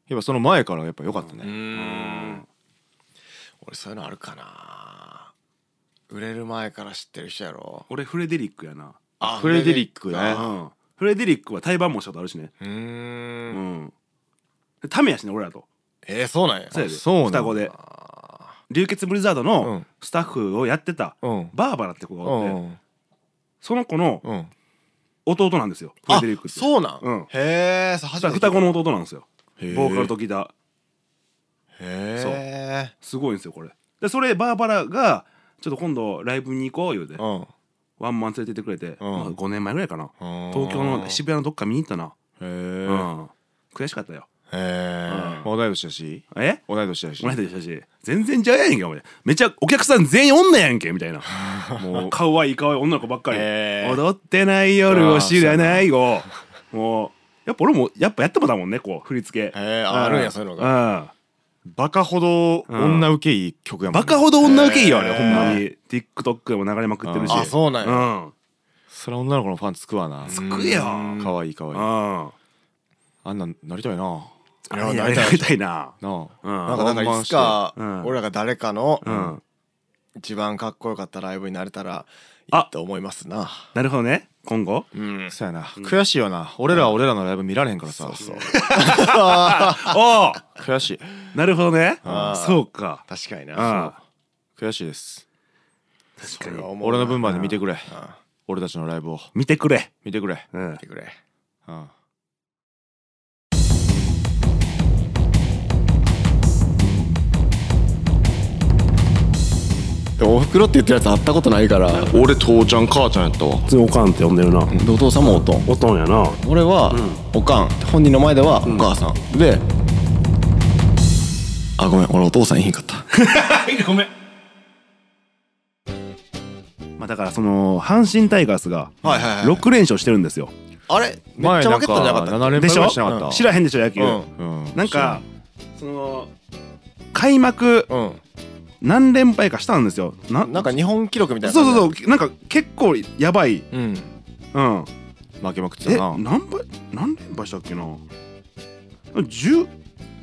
[SPEAKER 2] やっぱその前からやっぱ良かった
[SPEAKER 1] う
[SPEAKER 2] ね
[SPEAKER 1] ー
[SPEAKER 3] うん
[SPEAKER 1] 俺そういうのあるかな売れる前から知ってる人やろ
[SPEAKER 3] 俺フレデリックやな
[SPEAKER 1] あ
[SPEAKER 2] フレデリックね
[SPEAKER 1] フレデリ
[SPEAKER 3] う
[SPEAKER 1] か
[SPEAKER 3] んフレデリックは対バンもしたことあるしね
[SPEAKER 1] うー
[SPEAKER 3] うんんためやしね俺らと
[SPEAKER 1] えー、そうなんや
[SPEAKER 3] そうやで
[SPEAKER 2] そうなんだ
[SPEAKER 3] 双子で流血ブリザード
[SPEAKER 2] う
[SPEAKER 3] の
[SPEAKER 2] ん
[SPEAKER 3] スタッフをやってた
[SPEAKER 2] うん
[SPEAKER 3] バーバラって子が
[SPEAKER 2] う
[SPEAKER 3] おって
[SPEAKER 2] ん
[SPEAKER 3] その子の
[SPEAKER 2] うん
[SPEAKER 3] 弟なんですよフレ
[SPEAKER 1] あ
[SPEAKER 3] デリックって
[SPEAKER 1] そうなん、
[SPEAKER 3] うん
[SPEAKER 1] へえ初めて聞いた
[SPEAKER 3] 双子の弟なんですよ
[SPEAKER 2] へー
[SPEAKER 3] ボーカルとギター
[SPEAKER 1] へ
[SPEAKER 3] すごいんですよこれでそれバーバラがちょっと今度ライブに行こう言うて
[SPEAKER 1] えうん
[SPEAKER 3] ワンマン連れてってくれて、
[SPEAKER 1] うん
[SPEAKER 3] まあ、5年前ぐらいかな東
[SPEAKER 1] 東
[SPEAKER 3] 京の渋谷のどっか見に行ったな、
[SPEAKER 2] へ
[SPEAKER 3] う
[SPEAKER 2] え
[SPEAKER 3] ん、悔しかったよ
[SPEAKER 1] へえ
[SPEAKER 2] 同い年だし
[SPEAKER 3] え
[SPEAKER 2] 同い年だし
[SPEAKER 3] 同い年だし全然ちゃうやんけお前めちゃお客さん全員女やんけ みたいな
[SPEAKER 2] もう
[SPEAKER 3] 可愛い可愛い女の子ばっかり、
[SPEAKER 1] へー
[SPEAKER 3] 踊ってない夜を知らないをもうやっぱ俺もやっぱやってもだもんねこう振り付け
[SPEAKER 1] へー
[SPEAKER 3] うん
[SPEAKER 1] ああるんやそういうのが
[SPEAKER 3] が
[SPEAKER 2] バカほど女受けいい曲や
[SPEAKER 3] うん
[SPEAKER 2] もんね
[SPEAKER 3] バカほど女受けいいよあ
[SPEAKER 1] へ
[SPEAKER 3] れ
[SPEAKER 1] ー
[SPEAKER 3] ほんまに TikTok でも流れまくってるし
[SPEAKER 1] あそうなんや、
[SPEAKER 3] うん
[SPEAKER 2] それ女の子のファンつくわな
[SPEAKER 3] つくよ
[SPEAKER 1] うん
[SPEAKER 2] 可愛い可
[SPEAKER 3] う
[SPEAKER 2] 愛い
[SPEAKER 3] ん
[SPEAKER 2] あんなんなりたいない
[SPEAKER 1] い
[SPEAKER 3] や
[SPEAKER 1] や
[SPEAKER 3] な
[SPEAKER 1] な
[SPEAKER 3] り
[SPEAKER 1] りたい
[SPEAKER 3] たいな。
[SPEAKER 2] な
[SPEAKER 3] う
[SPEAKER 1] なんんかだからいつか
[SPEAKER 3] うん
[SPEAKER 1] 俺らが誰かの
[SPEAKER 3] うん。
[SPEAKER 1] 一番かっこよかったライブになれたらい
[SPEAKER 3] あ
[SPEAKER 1] いと思いますな
[SPEAKER 3] なるほどね。今 後
[SPEAKER 1] うん
[SPEAKER 2] そうやな、
[SPEAKER 3] うん
[SPEAKER 2] 悔しいよな俺らは俺らのライブ見られへんからさ
[SPEAKER 1] そう
[SPEAKER 3] お
[SPEAKER 2] 悔しい
[SPEAKER 3] おなるほどね
[SPEAKER 1] あー
[SPEAKER 3] そうか
[SPEAKER 1] 確かにな
[SPEAKER 3] あ
[SPEAKER 2] 悔しいです
[SPEAKER 3] ー確か
[SPEAKER 1] そう
[SPEAKER 3] に
[SPEAKER 2] 俺の分まで見て
[SPEAKER 1] く
[SPEAKER 2] くれ
[SPEAKER 1] れうん
[SPEAKER 2] 俺たちのライブを
[SPEAKER 3] 見てくれ
[SPEAKER 2] 見てくれ
[SPEAKER 3] うん
[SPEAKER 1] 見てくれ
[SPEAKER 2] うん
[SPEAKER 1] でもおふくろって言ってるやつ会ったことないから
[SPEAKER 2] 俺父ちゃん母ちゃんやったわ
[SPEAKER 3] 普通におかんって呼んでるな
[SPEAKER 1] でお父さんもおとん
[SPEAKER 3] おとんやな
[SPEAKER 1] 俺はおかん本人の前ではお母さんであごめん俺お父さんいひんかった
[SPEAKER 3] ごめんまあだからその阪神タイガースが
[SPEAKER 1] はいはいはい
[SPEAKER 3] 6連勝してるんですよ
[SPEAKER 1] あれめっちゃ負けたんじゃなかった
[SPEAKER 2] 7連
[SPEAKER 3] で
[SPEAKER 2] 敗
[SPEAKER 3] し
[SPEAKER 2] ぐら
[SPEAKER 3] ょ
[SPEAKER 2] いしてなかった
[SPEAKER 3] 知らへんでしょ野球
[SPEAKER 2] うん
[SPEAKER 3] なんかその開幕
[SPEAKER 1] うんうん
[SPEAKER 3] 何連敗かしたんですよな
[SPEAKER 1] なんか日本記録みたいな
[SPEAKER 3] そうそう
[SPEAKER 1] う
[SPEAKER 3] そうなんか結構やばい
[SPEAKER 1] そううん
[SPEAKER 3] うん
[SPEAKER 2] 負けまくって
[SPEAKER 3] え
[SPEAKER 2] たな
[SPEAKER 3] 何倍何連敗したっけな10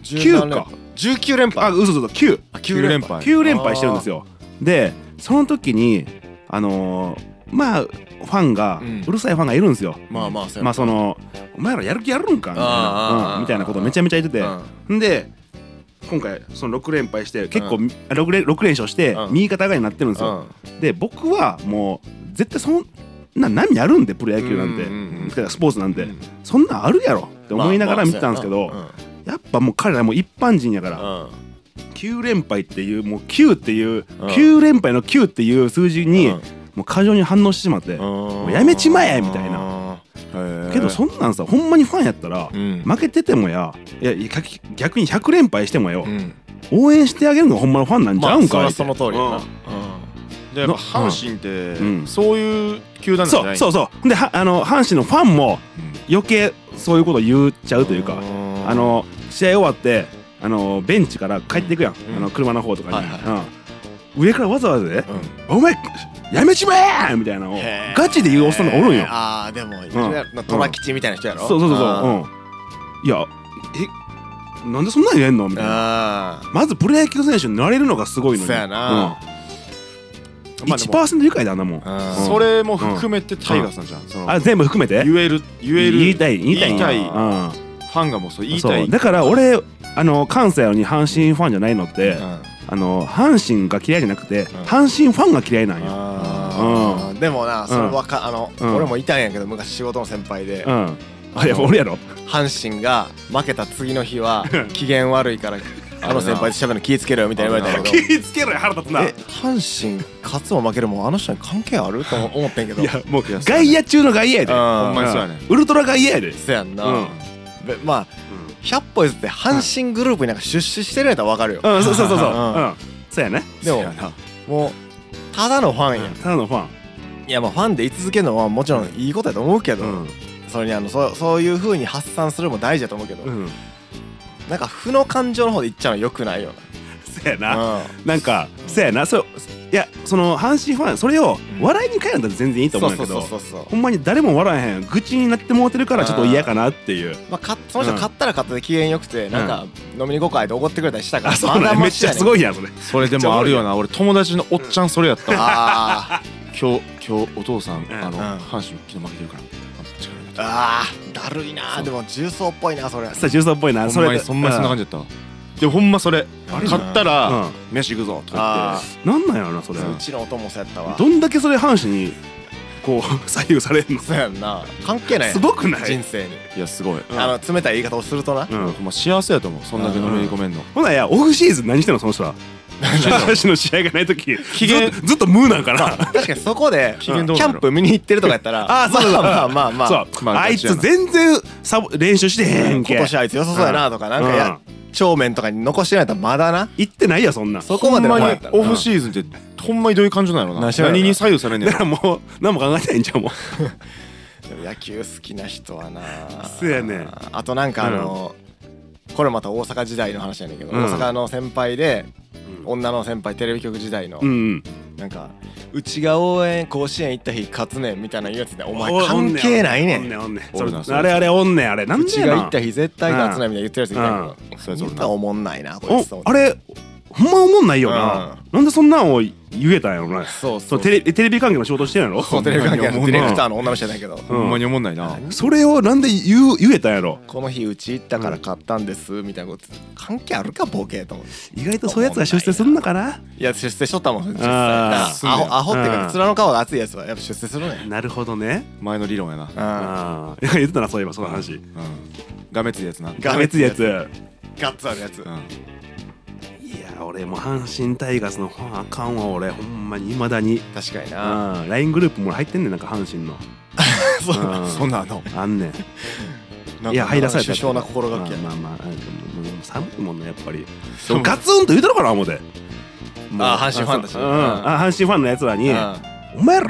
[SPEAKER 1] 17
[SPEAKER 3] 9
[SPEAKER 1] 連
[SPEAKER 3] か
[SPEAKER 1] 敗19連
[SPEAKER 3] あ
[SPEAKER 1] 敗
[SPEAKER 3] 嘘そう9
[SPEAKER 1] あ
[SPEAKER 2] 9連敗
[SPEAKER 3] 9連敗してるんですよでその時にあのーまあファンが
[SPEAKER 1] うん
[SPEAKER 3] うるさいファンがいるんですよ
[SPEAKER 1] まあまあそうや
[SPEAKER 3] まあそのお前らやる気やるんかみたい
[SPEAKER 1] あー
[SPEAKER 3] なうんみたいなことめちゃめちゃ言ってて
[SPEAKER 1] うん
[SPEAKER 3] んで今回その6連敗して結構
[SPEAKER 1] う
[SPEAKER 3] あ6連6連勝して
[SPEAKER 1] うん
[SPEAKER 3] 右肩上がりになってるんですよで僕はもう絶対そんな波あるんでプロ野球なんて
[SPEAKER 1] うんうんうん
[SPEAKER 3] てかスポーツなんて
[SPEAKER 1] うん
[SPEAKER 3] そんなんあるやろって思いながら見てたんですけ
[SPEAKER 1] まあ
[SPEAKER 3] どやっぱもう彼らもう一般人やか
[SPEAKER 1] ま
[SPEAKER 3] ら
[SPEAKER 1] あ
[SPEAKER 3] 9連敗っていうもう9っていう
[SPEAKER 1] うん
[SPEAKER 3] 9連敗の9っていう数字
[SPEAKER 1] そう
[SPEAKER 3] に
[SPEAKER 1] やなうん
[SPEAKER 3] もう過剰に反応してしまって
[SPEAKER 1] うん
[SPEAKER 3] うやめちまえみたいな
[SPEAKER 1] な
[SPEAKER 3] けどそんなんさほんまにファンやったら
[SPEAKER 1] うん
[SPEAKER 3] 負けててもやいや逆逆に100連敗してもよ
[SPEAKER 1] うん
[SPEAKER 3] 応援してあげるのがほんまのファンなんちゃうんか
[SPEAKER 1] まあ
[SPEAKER 3] い
[SPEAKER 1] そらその通りやな
[SPEAKER 3] うん
[SPEAKER 2] でやっぱ
[SPEAKER 3] の
[SPEAKER 2] 阪神って、
[SPEAKER 3] うん
[SPEAKER 2] そういう球団なんじゃ
[SPEAKER 3] そ
[SPEAKER 2] な
[SPEAKER 3] う
[SPEAKER 2] い
[SPEAKER 3] そうそうではあの阪神のファンも
[SPEAKER 2] うん
[SPEAKER 3] 余計そういうこと言っちゃうというか
[SPEAKER 1] ん
[SPEAKER 3] あの試合終わってあのベンチから帰っていくやん、
[SPEAKER 1] うん
[SPEAKER 3] あの車の方とかに、
[SPEAKER 1] はいは
[SPEAKER 3] うん上からわざわざで
[SPEAKER 1] うん
[SPEAKER 3] 「お前やめちまえ!」みたいなのを
[SPEAKER 1] へー
[SPEAKER 3] ガチで言うおっさんがおるんよ
[SPEAKER 1] ああでもいるやろなトラ吉みたいな人やろ
[SPEAKER 3] そうそうそうそう
[SPEAKER 1] あー
[SPEAKER 3] うんいやえなんでそんなん言えんのみたいな
[SPEAKER 1] あ
[SPEAKER 3] まずプロ野球選手になれるのがすごいのに
[SPEAKER 1] そうやな
[SPEAKER 3] うん、
[SPEAKER 1] ーまあでも
[SPEAKER 3] 1%理解だなもん
[SPEAKER 1] あ
[SPEAKER 3] うん
[SPEAKER 2] それも含めてタイガースなんじゃん、その
[SPEAKER 3] あ全部含めて
[SPEAKER 2] 言える言える
[SPEAKER 3] 言いたい言いたい
[SPEAKER 2] 言
[SPEAKER 3] んや
[SPEAKER 2] いたい
[SPEAKER 3] うん
[SPEAKER 2] ファンがもうそう言いた
[SPEAKER 3] そ
[SPEAKER 2] いう
[SPEAKER 3] だから俺あの関西なのに阪神ファンじゃないのって、
[SPEAKER 1] うん
[SPEAKER 3] あの阪神が嫌いじゃなくて、
[SPEAKER 1] ん
[SPEAKER 3] 阪神ファンが嫌いなんよ。
[SPEAKER 1] あーでもなそれわかあの
[SPEAKER 3] うん
[SPEAKER 1] 俺もいたんやけど昔仕事の先輩で
[SPEAKER 3] うん。あやっぱ俺やろ。
[SPEAKER 1] 阪神が負けた次の日は機嫌悪いからあの先輩と喋るの気ぃつけろよみたいな言われたんやけど
[SPEAKER 3] 気つけろよ腹立つ
[SPEAKER 1] え阪神勝つも負けるもあの人に関係あると思ってんけど
[SPEAKER 3] いやもう
[SPEAKER 2] やそうやね
[SPEAKER 3] 外野中の外野やで。
[SPEAKER 1] うん
[SPEAKER 2] ほんまにそうやね
[SPEAKER 3] ウルトラ外野やで。
[SPEAKER 1] そやんな、
[SPEAKER 3] うん
[SPEAKER 1] べまあ100歩譲って阪神グループになんか出資してるんやったら分かるよ、
[SPEAKER 3] うんそうそうそうそう。
[SPEAKER 1] う
[SPEAKER 3] うんん。そうやね。
[SPEAKER 1] でも
[SPEAKER 2] そうやな
[SPEAKER 1] もうただのファンや、
[SPEAKER 3] ただのファン。
[SPEAKER 1] いやまあファンで居続けるのはもちろんいいことやと思うけど、それにあのそうそういう風に発散するのも大事だと思うけど、
[SPEAKER 3] うん。
[SPEAKER 1] なんか負の感情の方でいっちゃうのよくないよ
[SPEAKER 3] そうやな。
[SPEAKER 1] な、うん、
[SPEAKER 3] なんかそうやな。そういやその阪神ファンそれを
[SPEAKER 1] うん
[SPEAKER 3] 笑いに変えるんだったら全然いいと
[SPEAKER 1] そ
[SPEAKER 3] 思
[SPEAKER 1] う
[SPEAKER 3] うんや
[SPEAKER 1] そう
[SPEAKER 3] け
[SPEAKER 1] そう
[SPEAKER 3] ど。
[SPEAKER 1] そうそう
[SPEAKER 3] ほんまに誰も笑えへん愚痴になってもうてるからちょっと嫌かなっていう
[SPEAKER 1] まあ、かその人
[SPEAKER 3] うん
[SPEAKER 1] 買ったら買ったで機嫌よくて、なんか飲みに行こうかいって怒ってくれたりしたから
[SPEAKER 3] あそうなんやめっちゃす
[SPEAKER 1] い
[SPEAKER 3] ごいや んそれ
[SPEAKER 2] それでもあるよな俺友達のおっちゃんそれやったわ
[SPEAKER 1] あー
[SPEAKER 2] 今日今日お父さん
[SPEAKER 3] ん
[SPEAKER 2] あの
[SPEAKER 1] うん
[SPEAKER 2] 阪神昨日負けてるからあ力入れて
[SPEAKER 1] あーだるいなーでも重曹っぽいなそれ
[SPEAKER 3] さあ重曹っぽいなそ
[SPEAKER 2] ほんま
[SPEAKER 3] れ
[SPEAKER 2] にそんまにそんな感じやったわでもほんまそれ
[SPEAKER 1] あ
[SPEAKER 2] 買
[SPEAKER 1] れ
[SPEAKER 2] ったら
[SPEAKER 3] う
[SPEAKER 2] 飯行くぞとか
[SPEAKER 1] あー
[SPEAKER 3] じなんなんやろなそれ
[SPEAKER 1] そううちのお供そうやったわ
[SPEAKER 3] どんだけそれ阪神にこう 左右されんの
[SPEAKER 1] そうやんな関係ないやん
[SPEAKER 3] すごくない
[SPEAKER 1] 人生に
[SPEAKER 2] 言っていやすごい
[SPEAKER 3] うん
[SPEAKER 1] あの冷たい言い方をするとな
[SPEAKER 3] う
[SPEAKER 2] ほ
[SPEAKER 3] ん
[SPEAKER 2] んま幸せやと思うそんだけのめり込めんの
[SPEAKER 3] ほなやオフシーズン何してんのその人は阪神の試合がない時
[SPEAKER 2] 機嫌
[SPEAKER 3] ずっとずっと無なんかな
[SPEAKER 1] 確かにそこ でキ
[SPEAKER 2] 機嫌どう
[SPEAKER 1] ャ
[SPEAKER 2] な
[SPEAKER 1] ン
[SPEAKER 2] の
[SPEAKER 1] プ見に行ってるとかやったら
[SPEAKER 3] あーそうそうそう
[SPEAKER 1] まあまあまあまあ
[SPEAKER 3] そう
[SPEAKER 2] まあ
[SPEAKER 3] あいつ全然サボ練習してへん
[SPEAKER 1] 今
[SPEAKER 3] け
[SPEAKER 1] 年あいつ良さそうやなとかなんかや帳面とかに残してないとまだな
[SPEAKER 3] 行ってないやそんなん
[SPEAKER 1] そこまでの
[SPEAKER 2] ほん
[SPEAKER 1] 方
[SPEAKER 2] ま
[SPEAKER 1] やっ
[SPEAKER 2] に
[SPEAKER 1] たら
[SPEAKER 2] オフシーズンってほんまにどういう感情なんやろな
[SPEAKER 1] 何しろやろな
[SPEAKER 2] 何に左右されんね
[SPEAKER 3] だ
[SPEAKER 2] や
[SPEAKER 3] か
[SPEAKER 2] ろ
[SPEAKER 3] らもう何も考えてないんじゃんもう
[SPEAKER 1] でも野球好きな人はな
[SPEAKER 3] そうやねん
[SPEAKER 1] あとなんかあのこれまた大阪時代の話やねんけど
[SPEAKER 3] うん
[SPEAKER 1] 大阪の先輩で女の先輩テレビ局時代の
[SPEAKER 3] うんうん
[SPEAKER 1] なんかうちが応援甲子園行った日勝つねんみたいな言うやつでお前
[SPEAKER 3] おおん
[SPEAKER 1] 関
[SPEAKER 3] ん
[SPEAKER 1] 係ないね
[SPEAKER 3] おんね
[SPEAKER 1] ん
[SPEAKER 3] んおんねん
[SPEAKER 2] おるな
[SPEAKER 3] それあれあれおんねんあれなん
[SPEAKER 1] う
[SPEAKER 3] で
[SPEAKER 1] ち
[SPEAKER 3] や
[SPEAKER 1] が
[SPEAKER 3] な
[SPEAKER 1] 行った日絶対勝つねんみたいな言ってるやついたんやけど
[SPEAKER 2] それぞれ
[SPEAKER 1] 見
[SPEAKER 2] な
[SPEAKER 1] たおもんないなこい
[SPEAKER 3] お
[SPEAKER 1] つと思って
[SPEAKER 3] あれほんま思んないよ
[SPEAKER 1] う
[SPEAKER 3] なんなんでそんなんを言えたんやろな
[SPEAKER 1] そうそ
[SPEAKER 3] そううテレテレビ関係の仕事してんやろ
[SPEAKER 1] そうテレビ関係の
[SPEAKER 2] ほんまに思う
[SPEAKER 1] デ
[SPEAKER 2] な
[SPEAKER 1] ィレクターの女の人やないけど、
[SPEAKER 3] うん
[SPEAKER 2] ほんまに思んないな
[SPEAKER 3] それをなんで言う言えたんやろ
[SPEAKER 1] この日うち行ったから買ったんですみたいなこと関係あるかボケと思って
[SPEAKER 3] 意外とそういうやつが出世すんのかない
[SPEAKER 1] や出世しとったもん実際
[SPEAKER 3] あ
[SPEAKER 1] ア
[SPEAKER 2] ー
[SPEAKER 1] ホアホっていう
[SPEAKER 3] う
[SPEAKER 1] か
[SPEAKER 3] ん
[SPEAKER 1] 面の皮が厚いやつはやっぱ出世するね
[SPEAKER 3] なるほどね
[SPEAKER 2] 前の理論やな
[SPEAKER 1] うん
[SPEAKER 3] ああ言ってたなそういえばその話
[SPEAKER 2] がめついやつな
[SPEAKER 1] が
[SPEAKER 3] が
[SPEAKER 1] め
[SPEAKER 3] め
[SPEAKER 1] つ
[SPEAKER 3] つ
[SPEAKER 1] い
[SPEAKER 3] い
[SPEAKER 1] や
[SPEAKER 3] や
[SPEAKER 1] つ
[SPEAKER 3] つ
[SPEAKER 1] ガッツあるやつ
[SPEAKER 2] う
[SPEAKER 3] いや俺もう阪神タイガースのファンあかんわ俺ほんまにいまだに
[SPEAKER 1] 確かにな
[SPEAKER 3] ああ LINE グループも入ってんねんなんか阪神の
[SPEAKER 1] そう
[SPEAKER 3] うん
[SPEAKER 2] んそんなあの
[SPEAKER 3] あんねん
[SPEAKER 1] なんか
[SPEAKER 3] いや入らされた
[SPEAKER 1] 首相な心がけや
[SPEAKER 3] まあまあまあうんもう寒いもんねやっぱり
[SPEAKER 2] そう
[SPEAKER 3] ガツンと言うたのかな思うてもう
[SPEAKER 1] あー阪神ファンたち
[SPEAKER 3] あそううんあ阪神ファンのやつらに
[SPEAKER 1] あ
[SPEAKER 3] 「お前ら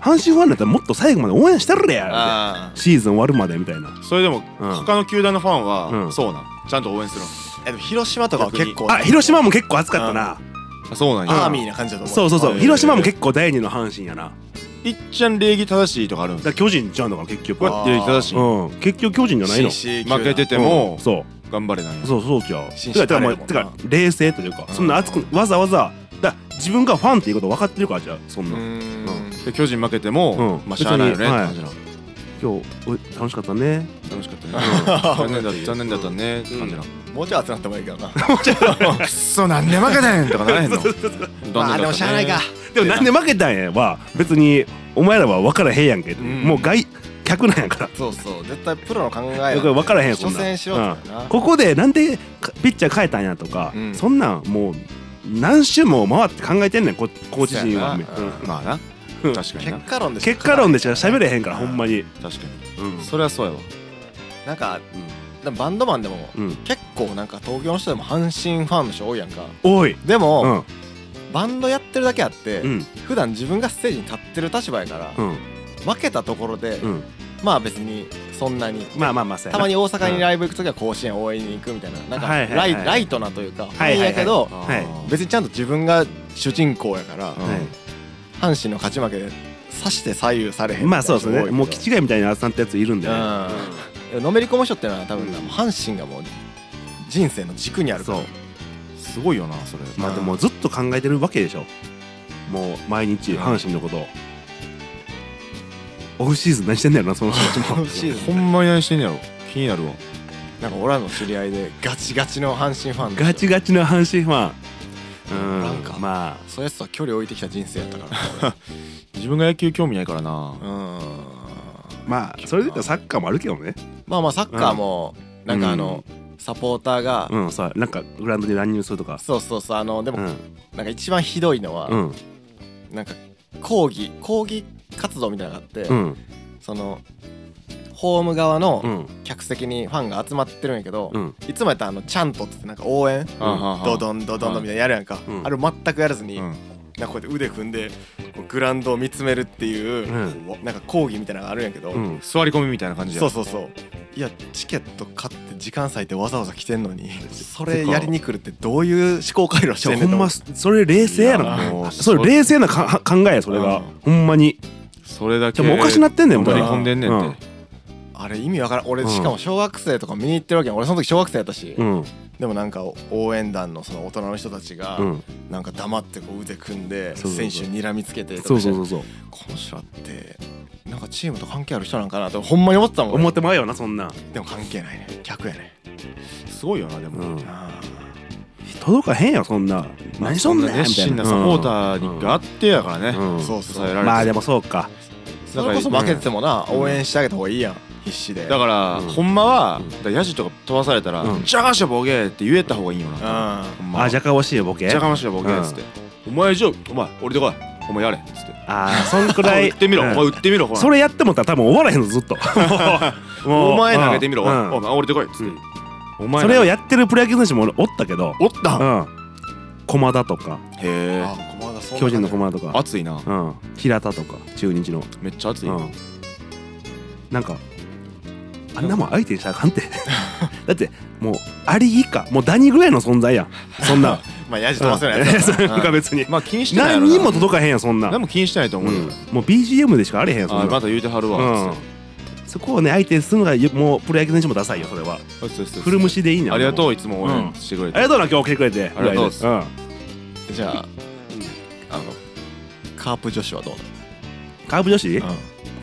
[SPEAKER 3] 阪神ファンだったらもっと最後まで応援してるれや」
[SPEAKER 1] あ
[SPEAKER 3] シーズン終わるまでみたいな
[SPEAKER 2] それでも
[SPEAKER 3] うん
[SPEAKER 2] 他の球団のファン
[SPEAKER 3] う
[SPEAKER 2] は
[SPEAKER 3] ん
[SPEAKER 2] そうなんちゃんと応援するの
[SPEAKER 1] えでも広島とかは結構
[SPEAKER 3] あ広島も結構熱かったな
[SPEAKER 2] あそうなん
[SPEAKER 1] アー
[SPEAKER 2] や
[SPEAKER 1] ミーな感じだと思う
[SPEAKER 3] そうそうそ
[SPEAKER 2] あ
[SPEAKER 3] う
[SPEAKER 2] ー
[SPEAKER 3] 広島も結構第二の阪神やない
[SPEAKER 2] っちゃん礼儀正しいとかあるん
[SPEAKER 3] だから巨人ちゃうんだから結局
[SPEAKER 2] こうやって礼儀正しい
[SPEAKER 3] うん結局巨人じゃないの
[SPEAKER 2] 負けてて
[SPEAKER 3] うん
[SPEAKER 2] も
[SPEAKER 3] そう
[SPEAKER 2] 頑張れない
[SPEAKER 3] そうそうじゃん
[SPEAKER 1] 紳
[SPEAKER 3] て
[SPEAKER 1] 士
[SPEAKER 3] かてか
[SPEAKER 1] バレー
[SPEAKER 3] も
[SPEAKER 1] だもん
[SPEAKER 3] う
[SPEAKER 1] な
[SPEAKER 3] てか冷静というかそんな熱くわざわざだ自分がファンっていうこと分かってるからじゃあそん
[SPEAKER 1] う
[SPEAKER 3] な
[SPEAKER 1] ーん
[SPEAKER 2] で巨人負けても
[SPEAKER 3] うん
[SPEAKER 2] まあしゃあないよねって
[SPEAKER 3] 別
[SPEAKER 2] 感じ
[SPEAKER 3] に
[SPEAKER 2] なの
[SPEAKER 3] 今日お楽しかったね
[SPEAKER 2] 楽しかったね残念だ
[SPEAKER 1] うん
[SPEAKER 2] 残念だったねって感じな
[SPEAKER 1] もうちょい熱なった方がいいけどな
[SPEAKER 2] のくっそなんで負けたんとかならへ んの
[SPEAKER 1] まあでもしゃあないか
[SPEAKER 3] でもなんで負けたんやは別にお前らは分からへんやんけ
[SPEAKER 1] ん
[SPEAKER 3] もう外客なんやから
[SPEAKER 1] そうそう絶対プロの考え
[SPEAKER 3] これ分からへんそ
[SPEAKER 1] 所
[SPEAKER 3] んな
[SPEAKER 1] 詮しろ
[SPEAKER 3] うん
[SPEAKER 1] ってな
[SPEAKER 3] ここでなんでかピッチャー変えたんやとか
[SPEAKER 1] うん
[SPEAKER 3] そんなんもう何周も回って考えてんねんこコーチ陣は
[SPEAKER 1] そうやな
[SPEAKER 3] うん
[SPEAKER 2] まあな
[SPEAKER 3] う
[SPEAKER 2] 確
[SPEAKER 3] ん
[SPEAKER 2] かに
[SPEAKER 1] 結
[SPEAKER 2] な
[SPEAKER 1] 果論でしょ
[SPEAKER 3] 結果論でしか喋れへんからほんまに
[SPEAKER 2] 確か
[SPEAKER 3] うん
[SPEAKER 2] にそれはそうやわ
[SPEAKER 1] なんかでもバンドマンでも
[SPEAKER 3] うん
[SPEAKER 1] 結構なんか東京の人でも阪神ファンの人多いやんか
[SPEAKER 3] おい
[SPEAKER 1] で
[SPEAKER 3] う
[SPEAKER 1] も
[SPEAKER 3] ん
[SPEAKER 1] バンドやってるだけあって
[SPEAKER 3] うん
[SPEAKER 1] 普段自分がステージに立ってる立場やから
[SPEAKER 3] うん
[SPEAKER 1] 負けたところで
[SPEAKER 3] うん
[SPEAKER 1] まあ別にそんなに
[SPEAKER 3] まあまあまあそうや
[SPEAKER 1] た
[SPEAKER 3] な
[SPEAKER 1] まに大阪にライブ行く時は甲子園応援に行くみたいななんか
[SPEAKER 3] はいはいは
[SPEAKER 1] ラ
[SPEAKER 3] い
[SPEAKER 1] イライトなというか
[SPEAKER 3] はいはいはい
[SPEAKER 1] やけど
[SPEAKER 3] はい
[SPEAKER 1] 別にちゃんと自分が主人公やから
[SPEAKER 2] うん
[SPEAKER 3] はい
[SPEAKER 1] 阪神の勝ち負けで指して左右されへん
[SPEAKER 3] まあそうですねもう
[SPEAKER 1] ち
[SPEAKER 3] 気違いみたいな厚さんってやついるんでね
[SPEAKER 1] のめり込む人ってのは多分な
[SPEAKER 3] うん
[SPEAKER 1] もう阪神がもう人生の軸にあるから
[SPEAKER 3] そう
[SPEAKER 2] すごいよなそれ
[SPEAKER 3] まあでもずっと考えてるわけでしょもう毎日阪神のことをオフシーズン何してんだよなその人たちも
[SPEAKER 1] シーズ
[SPEAKER 2] ほんまに何してんねやろ気になるわ
[SPEAKER 1] ンなんか俺らの知り合いでガチガチの阪神ファンの人
[SPEAKER 3] ガチガチの阪神ファン
[SPEAKER 1] なん
[SPEAKER 3] う
[SPEAKER 1] か
[SPEAKER 3] んまあ
[SPEAKER 1] そういうやつとは距離置いてきた人生やったから
[SPEAKER 2] 自分が野球興味ないからな
[SPEAKER 1] うーん
[SPEAKER 3] まあそれで言ったらサッカーもあるけどね
[SPEAKER 1] まあまあサッカーもなんかあのサポーターが
[SPEAKER 3] うんそうなんかグラウンドに乱入するとか
[SPEAKER 1] そうそうそうあので
[SPEAKER 3] う
[SPEAKER 1] も
[SPEAKER 3] ん
[SPEAKER 1] なんか一番ひどいのは、
[SPEAKER 3] うん
[SPEAKER 1] なんか抗議抗議活動みたいなのがあって、
[SPEAKER 3] うん
[SPEAKER 1] そのホーム側
[SPEAKER 3] う
[SPEAKER 1] の
[SPEAKER 3] ん
[SPEAKER 1] 客席にファンが集まってるんやけど、
[SPEAKER 3] うん
[SPEAKER 1] いつもやったらあのちゃんとってなんか応援
[SPEAKER 2] あはは
[SPEAKER 1] ドドンドドンドンみたいなのやるやんか、
[SPEAKER 3] うん
[SPEAKER 1] あれ全くやらずに、
[SPEAKER 2] うん
[SPEAKER 1] なんかこうやって腕組んでこうグラウンドを見つめるっていう、
[SPEAKER 3] うん
[SPEAKER 1] こうなんか抗議みたいなのがあるんやけど、
[SPEAKER 3] うん
[SPEAKER 2] 座り込みみたいな感じや
[SPEAKER 1] そうそうそういやチケット買って時間割いてわざわざ来てんの にそれやりに来るってどういう思考回路してんねん
[SPEAKER 3] ほ
[SPEAKER 1] と
[SPEAKER 3] ん
[SPEAKER 1] 思
[SPEAKER 3] ま
[SPEAKER 1] う
[SPEAKER 3] それ冷静や
[SPEAKER 2] いや
[SPEAKER 3] な
[SPEAKER 2] もう
[SPEAKER 3] それ冷静なか考えやそれ
[SPEAKER 2] う
[SPEAKER 3] が
[SPEAKER 2] ん
[SPEAKER 3] ほんまに
[SPEAKER 2] それだけ
[SPEAKER 3] でもおかしなってんねん
[SPEAKER 2] の
[SPEAKER 3] ほ
[SPEAKER 2] め
[SPEAKER 3] ん
[SPEAKER 2] り
[SPEAKER 3] ま
[SPEAKER 2] 込んでんねんっ
[SPEAKER 3] うん
[SPEAKER 2] て
[SPEAKER 1] あれ意味わからん俺
[SPEAKER 3] うん
[SPEAKER 1] しかも小学生とか見に行ってるわけやん俺その時小学生やったし、
[SPEAKER 3] うん
[SPEAKER 1] でもなんか応援団のその大人の人たちが
[SPEAKER 3] うん
[SPEAKER 1] なんか黙ってこう腕組んで
[SPEAKER 3] そうそうそ
[SPEAKER 1] 選
[SPEAKER 3] う
[SPEAKER 1] 手に睨みつけてとかして
[SPEAKER 3] そうそうそうそう
[SPEAKER 1] この人らってなんかチームと関係ある人なんかなとほんまに思ってたもん
[SPEAKER 3] 思っ
[SPEAKER 1] 俺
[SPEAKER 3] てまうよなそんなん
[SPEAKER 1] でも関係ないね逆やね
[SPEAKER 2] すごいよなでも
[SPEAKER 3] うん
[SPEAKER 1] あ
[SPEAKER 3] 届かへんよそんな何しとんねんみ
[SPEAKER 2] 熱
[SPEAKER 3] たい
[SPEAKER 2] 心
[SPEAKER 3] な
[SPEAKER 2] なサポーターがあってやからね
[SPEAKER 3] うん
[SPEAKER 1] ーそう
[SPEAKER 2] 支
[SPEAKER 1] そ
[SPEAKER 2] え
[SPEAKER 1] う
[SPEAKER 2] ら
[SPEAKER 3] まあ
[SPEAKER 2] れ
[SPEAKER 3] で
[SPEAKER 2] て
[SPEAKER 3] もそうか
[SPEAKER 1] それこそ負けててもな
[SPEAKER 3] うん
[SPEAKER 1] 応援してあげた方がいいやん必死で
[SPEAKER 2] だから
[SPEAKER 3] うん
[SPEAKER 2] ほんまは
[SPEAKER 3] うん
[SPEAKER 2] だからヤジとか飛ばされたら「
[SPEAKER 3] うん
[SPEAKER 2] じゃがしゃボケ!」って言えた方がいいよな
[SPEAKER 1] うん
[SPEAKER 2] ほんまは
[SPEAKER 3] あじゃかわしいよボケ
[SPEAKER 2] じゃがましゃボケっつってお前じゃあお前俺で来いお前やれっつって
[SPEAKER 3] あーそんく
[SPEAKER 2] お
[SPEAKER 3] ら
[SPEAKER 2] 前
[SPEAKER 3] い
[SPEAKER 2] 打ってみろお
[SPEAKER 3] うん
[SPEAKER 2] 前打ってみろほら
[SPEAKER 3] それやってもったら多分終わらへんのずっ ともう
[SPEAKER 2] お前投げてみろ、
[SPEAKER 3] う
[SPEAKER 2] お
[SPEAKER 3] ん
[SPEAKER 2] お前俺で来いっつって、
[SPEAKER 3] うん
[SPEAKER 2] お前
[SPEAKER 3] それをやってるプロ野球選手もおったけど
[SPEAKER 2] おった
[SPEAKER 3] うん
[SPEAKER 2] へ
[SPEAKER 3] 駒田とか
[SPEAKER 2] え
[SPEAKER 1] あ駒田そんな
[SPEAKER 3] 巨人の駒田とか
[SPEAKER 2] 熱いな
[SPEAKER 3] うん平田とか中日の
[SPEAKER 2] めっちゃ熱い、
[SPEAKER 3] うんなんかあんなもん相手にしたらあかんてだってもうアリ以下もうダニぐらいの存在やんそんなん
[SPEAKER 1] まあやじ飛ばせないやつだ
[SPEAKER 3] なん
[SPEAKER 1] な
[SPEAKER 3] か
[SPEAKER 1] うん
[SPEAKER 3] 別に
[SPEAKER 2] まあ気にしてないやろ
[SPEAKER 3] 何
[SPEAKER 2] な
[SPEAKER 3] にも届かへんやんそんなん
[SPEAKER 2] 何も気にしてないと思うよ、
[SPEAKER 3] もう BGM でしかあれへんやんそん
[SPEAKER 2] あ
[SPEAKER 3] なん
[SPEAKER 2] また言うてはるわ、
[SPEAKER 3] う
[SPEAKER 2] つ
[SPEAKER 3] ん
[SPEAKER 2] って
[SPEAKER 3] そこをね相手にするのがよもうプロ野球選手もダサいよそれは
[SPEAKER 2] そうそうそう
[SPEAKER 3] 古虫でいいんや
[SPEAKER 2] ありが
[SPEAKER 3] う
[SPEAKER 2] とういつも応
[SPEAKER 3] う
[SPEAKER 2] 援
[SPEAKER 3] ん
[SPEAKER 2] してくれ
[SPEAKER 3] あ
[SPEAKER 2] て、
[SPEAKER 3] りがとうな今日来てくれて
[SPEAKER 2] ありがとうっす
[SPEAKER 3] ぐらいで
[SPEAKER 1] じゃああのカープ女子はどう
[SPEAKER 3] カープ女子
[SPEAKER 1] なの、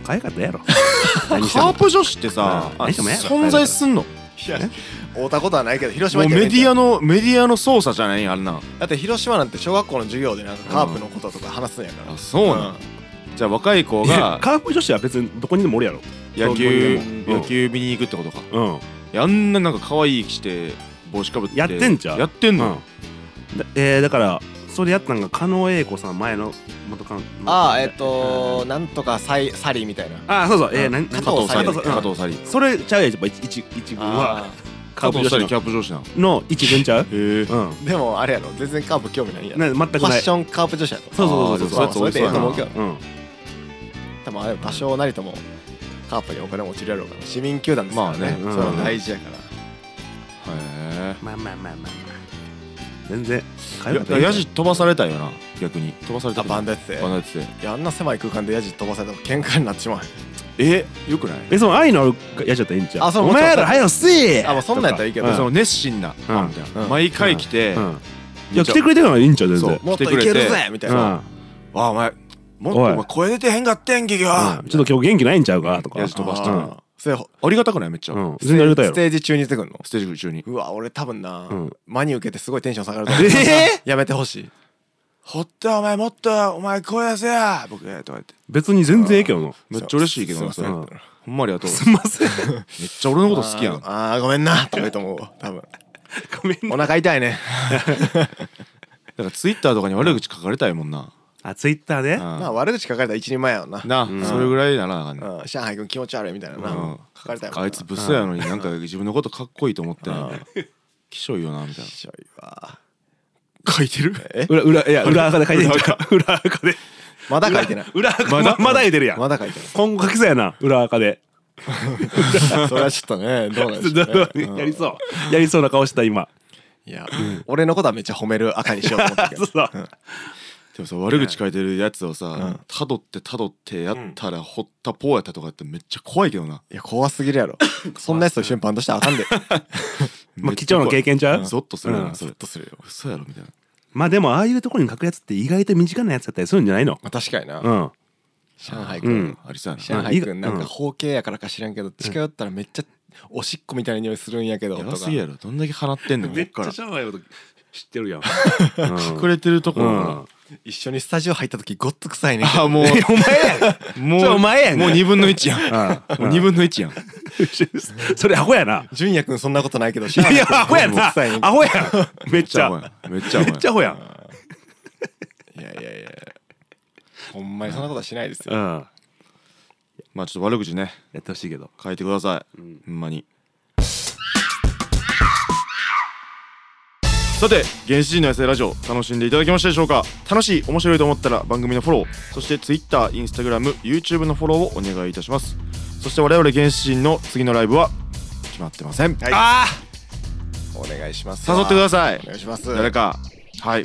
[SPEAKER 3] 可愛かったやろ
[SPEAKER 2] カ
[SPEAKER 3] 何して
[SPEAKER 2] ー
[SPEAKER 3] も
[SPEAKER 2] プ女子ってさ
[SPEAKER 3] うん
[SPEAKER 2] あ
[SPEAKER 3] 何してもええやろ
[SPEAKER 2] 存在すんの
[SPEAKER 1] いや会うたことはないけど広
[SPEAKER 2] も
[SPEAKER 1] 島
[SPEAKER 2] う
[SPEAKER 1] 行ったら
[SPEAKER 2] メディ
[SPEAKER 1] ね
[SPEAKER 2] アのメディアの操作じゃないあんなん
[SPEAKER 1] だって広島なんて小学校の授業でなんかカープのこととか話すんやから、
[SPEAKER 2] そうなんじゃあ若い子
[SPEAKER 3] いや
[SPEAKER 2] が
[SPEAKER 3] カープ女子は別にどこにでもおるやろ
[SPEAKER 2] 野
[SPEAKER 3] 東
[SPEAKER 2] 球
[SPEAKER 3] 京でも
[SPEAKER 2] 野球見に行くってことか
[SPEAKER 3] うん
[SPEAKER 2] いやあんななんか可愛い着して帽子かぶって
[SPEAKER 3] やってんちゃう
[SPEAKER 2] やってん
[SPEAKER 3] う
[SPEAKER 2] の
[SPEAKER 3] んだえーだからそれやったんが狩野英孝さん前の元カノ
[SPEAKER 1] ああえっ、となんとかサイサリーみたいな
[SPEAKER 3] ああそうそうえー、な
[SPEAKER 1] 加
[SPEAKER 2] 加藤
[SPEAKER 1] さ
[SPEAKER 2] さ
[SPEAKER 1] ん
[SPEAKER 2] り
[SPEAKER 1] 加
[SPEAKER 2] 加
[SPEAKER 1] 藤さ
[SPEAKER 2] 藤
[SPEAKER 1] ん
[SPEAKER 2] さり
[SPEAKER 3] それちゃうやんやっぱ一一一軍は
[SPEAKER 1] あ
[SPEAKER 3] カープ
[SPEAKER 2] 加藤さり
[SPEAKER 3] 女
[SPEAKER 2] キャ
[SPEAKER 3] 子
[SPEAKER 2] ップ上司なの
[SPEAKER 3] のの一軍ちゃう
[SPEAKER 2] へえ
[SPEAKER 3] うん
[SPEAKER 1] ーでもあれやろ全然カープ興味ないんやろ
[SPEAKER 3] な全
[SPEAKER 1] フ
[SPEAKER 3] く
[SPEAKER 1] ァ
[SPEAKER 3] な
[SPEAKER 1] ッ
[SPEAKER 3] い
[SPEAKER 1] ションカープ女子やと
[SPEAKER 3] そうそうそうそう
[SPEAKER 1] あーでもそれでええと思うけど
[SPEAKER 3] うん
[SPEAKER 1] 多分あれ場所なりともカープにお金も落ちるやろうから市民球団ですからね,、
[SPEAKER 2] まあね
[SPEAKER 1] そううんいうの大事やから、
[SPEAKER 2] へ
[SPEAKER 3] まあまあまあまあまあ全
[SPEAKER 2] え
[SPEAKER 3] 然
[SPEAKER 2] い
[SPEAKER 3] 通
[SPEAKER 2] や
[SPEAKER 3] う
[SPEAKER 2] だ
[SPEAKER 3] て
[SPEAKER 2] からヤジ飛ばされたよな逆に飛ばされた
[SPEAKER 1] あ
[SPEAKER 2] くな
[SPEAKER 1] バ
[SPEAKER 2] い
[SPEAKER 1] ンドやってて
[SPEAKER 2] バンドやってて
[SPEAKER 1] いやあんな狭い空間でヤジ飛ばされたら喧嘩になっちまう
[SPEAKER 2] えよくない
[SPEAKER 3] えその愛のあるやじゃったらいいんちゃう
[SPEAKER 1] あそう
[SPEAKER 3] お前ら早よせえ
[SPEAKER 1] あもうそんなんやったらいいけど、
[SPEAKER 3] うん
[SPEAKER 2] その熱心なファンみたいな毎回来て
[SPEAKER 3] うんいや来てくれてるのはいいんちゃう全然
[SPEAKER 2] そう
[SPEAKER 1] もっとい
[SPEAKER 2] 来てくれて
[SPEAKER 1] けるぜみたいな、
[SPEAKER 2] あお前もっと
[SPEAKER 3] おい
[SPEAKER 2] お前声出てへんかってんけよ
[SPEAKER 3] うんうんちょっと今日元気ないんちゃうかとか
[SPEAKER 2] やじ飛ばし
[SPEAKER 1] あ
[SPEAKER 2] た
[SPEAKER 1] ーそれ
[SPEAKER 2] ありがたくないめっちゃ
[SPEAKER 3] うん全然やりたい
[SPEAKER 1] ス
[SPEAKER 3] やろ
[SPEAKER 1] テージ中に出てくんの
[SPEAKER 2] ステージ中に
[SPEAKER 1] うわ俺多分な、
[SPEAKER 3] うん
[SPEAKER 1] 真に受けてすごいテンション下がると思うやめてほしい
[SPEAKER 2] ほったお前もっとお前声出せや僕とか言って
[SPEAKER 3] 別に全然ええけどな
[SPEAKER 2] めっちゃ嬉しいけどな
[SPEAKER 1] す
[SPEAKER 2] そ
[SPEAKER 1] い
[SPEAKER 2] れ
[SPEAKER 1] ま
[SPEAKER 2] ほ
[SPEAKER 1] せん
[SPEAKER 2] んまありがとう
[SPEAKER 3] すんません
[SPEAKER 2] めっちゃ俺のこと好きやん
[SPEAKER 1] あーごめんなとか言うと思うわ多分
[SPEAKER 3] ごめん
[SPEAKER 1] お腹痛いね
[SPEAKER 2] だからツイッターとかに悪口書かれたいもんな。
[SPEAKER 3] あツイッターで
[SPEAKER 1] ま
[SPEAKER 2] な
[SPEAKER 1] あ悪口書かれたら一人前やろな
[SPEAKER 2] な、それぐらいならなあかんね
[SPEAKER 1] うん、上海君気持ち悪いみたいなな、
[SPEAKER 2] うん
[SPEAKER 1] 書かれたよな
[SPEAKER 2] あいつブスやのになんか自分のことかっこいいと思ってないみたいな。 きしょいよなみたい
[SPEAKER 1] ひどいわ
[SPEAKER 2] な。書いてる
[SPEAKER 1] え
[SPEAKER 3] 裏裏いや裏垢で書いてんじゃん裏垢で
[SPEAKER 1] まだ書いてない
[SPEAKER 3] 裏垢
[SPEAKER 2] まだ
[SPEAKER 3] まだまだ入れてるやん
[SPEAKER 1] まだ書いて
[SPEAKER 3] 今後書きそうやな裏垢で
[SPEAKER 1] ないそれはちょっとねどうなんでしょう、ねうん
[SPEAKER 3] やりそうやりそうな顔した今
[SPEAKER 1] いや、俺のことはめっちゃ褒める赤にしようと思ったけ ど
[SPEAKER 3] そうそう
[SPEAKER 2] でもさ悪口書いてるやつをさ、たどってたどってやったらほったぽうやったとかってめっちゃ怖いけどな。
[SPEAKER 1] いや怖すぎるやろそんなやつと一緒にバンドしたらあかんで
[SPEAKER 3] まあ貴重な経験ちゃう
[SPEAKER 2] ゾッとするよ
[SPEAKER 3] う
[SPEAKER 2] な、
[SPEAKER 3] ん
[SPEAKER 2] それ。
[SPEAKER 1] とするよ
[SPEAKER 2] 嘘やろみたいな。
[SPEAKER 3] まあでもああいうところに書くやつって意外と身近なやつだったりするんじゃないの
[SPEAKER 1] まあ確かにな、
[SPEAKER 3] うん
[SPEAKER 1] 上海
[SPEAKER 3] う
[SPEAKER 1] 君
[SPEAKER 3] ん、
[SPEAKER 2] ありそうや
[SPEAKER 1] 上
[SPEAKER 2] な。
[SPEAKER 1] 海
[SPEAKER 3] うん
[SPEAKER 1] 君なんか包茎やからか知らんけど近寄ったらめっちゃおしっこみたいな匂いするんやけど
[SPEAKER 2] や
[SPEAKER 1] と
[SPEAKER 2] ば
[SPEAKER 1] か
[SPEAKER 2] すぎやろ。どんだけ放ってんのこっから。
[SPEAKER 3] ャワーこと知ってるやん
[SPEAKER 2] 隠れてるとこ
[SPEAKER 3] う
[SPEAKER 2] ろ
[SPEAKER 3] ん
[SPEAKER 2] が。
[SPEAKER 1] 一緒にスタジオ入った時ごっつ臭 いねんけど
[SPEAKER 2] あ、もう。
[SPEAKER 3] お前やん
[SPEAKER 2] も
[SPEAKER 3] ち ょお前 やん
[SPEAKER 2] もう2分の1や ん。
[SPEAKER 3] うん
[SPEAKER 2] もう2分の1やん。
[SPEAKER 3] それアホやな
[SPEAKER 1] 純也君そんなことないけど上
[SPEAKER 3] い
[SPEAKER 1] 海
[SPEAKER 3] や
[SPEAKER 1] 君
[SPEAKER 3] アホや
[SPEAKER 1] ごっ
[SPEAKER 3] な
[SPEAKER 1] つ臭いねんけど
[SPEAKER 3] アホやんめっ
[SPEAKER 2] めっち
[SPEAKER 3] ち
[SPEAKER 2] ゃ
[SPEAKER 3] ゃ
[SPEAKER 2] お
[SPEAKER 3] め
[SPEAKER 2] 前。めっちゃお
[SPEAKER 3] っ
[SPEAKER 2] 前
[SPEAKER 3] ち。ゃアホやん
[SPEAKER 1] いやいやいやほんまにそんなことはしないですよ
[SPEAKER 3] うん
[SPEAKER 2] まあちょっと悪口ね。
[SPEAKER 3] やってほしいけど
[SPEAKER 2] 書いてください、ほんまにさて原始人の野生ラジオ楽しんでいただけましたでしょうか楽しい面白いと思ったら番組のフォローそして TwitterInstagramYouTube のフォローをお願いいたしますそして我々原始人の次のライブは決まってません、
[SPEAKER 1] はい
[SPEAKER 3] あ
[SPEAKER 1] お願いします
[SPEAKER 2] 誘ってください
[SPEAKER 1] お願いします
[SPEAKER 2] 誰かはい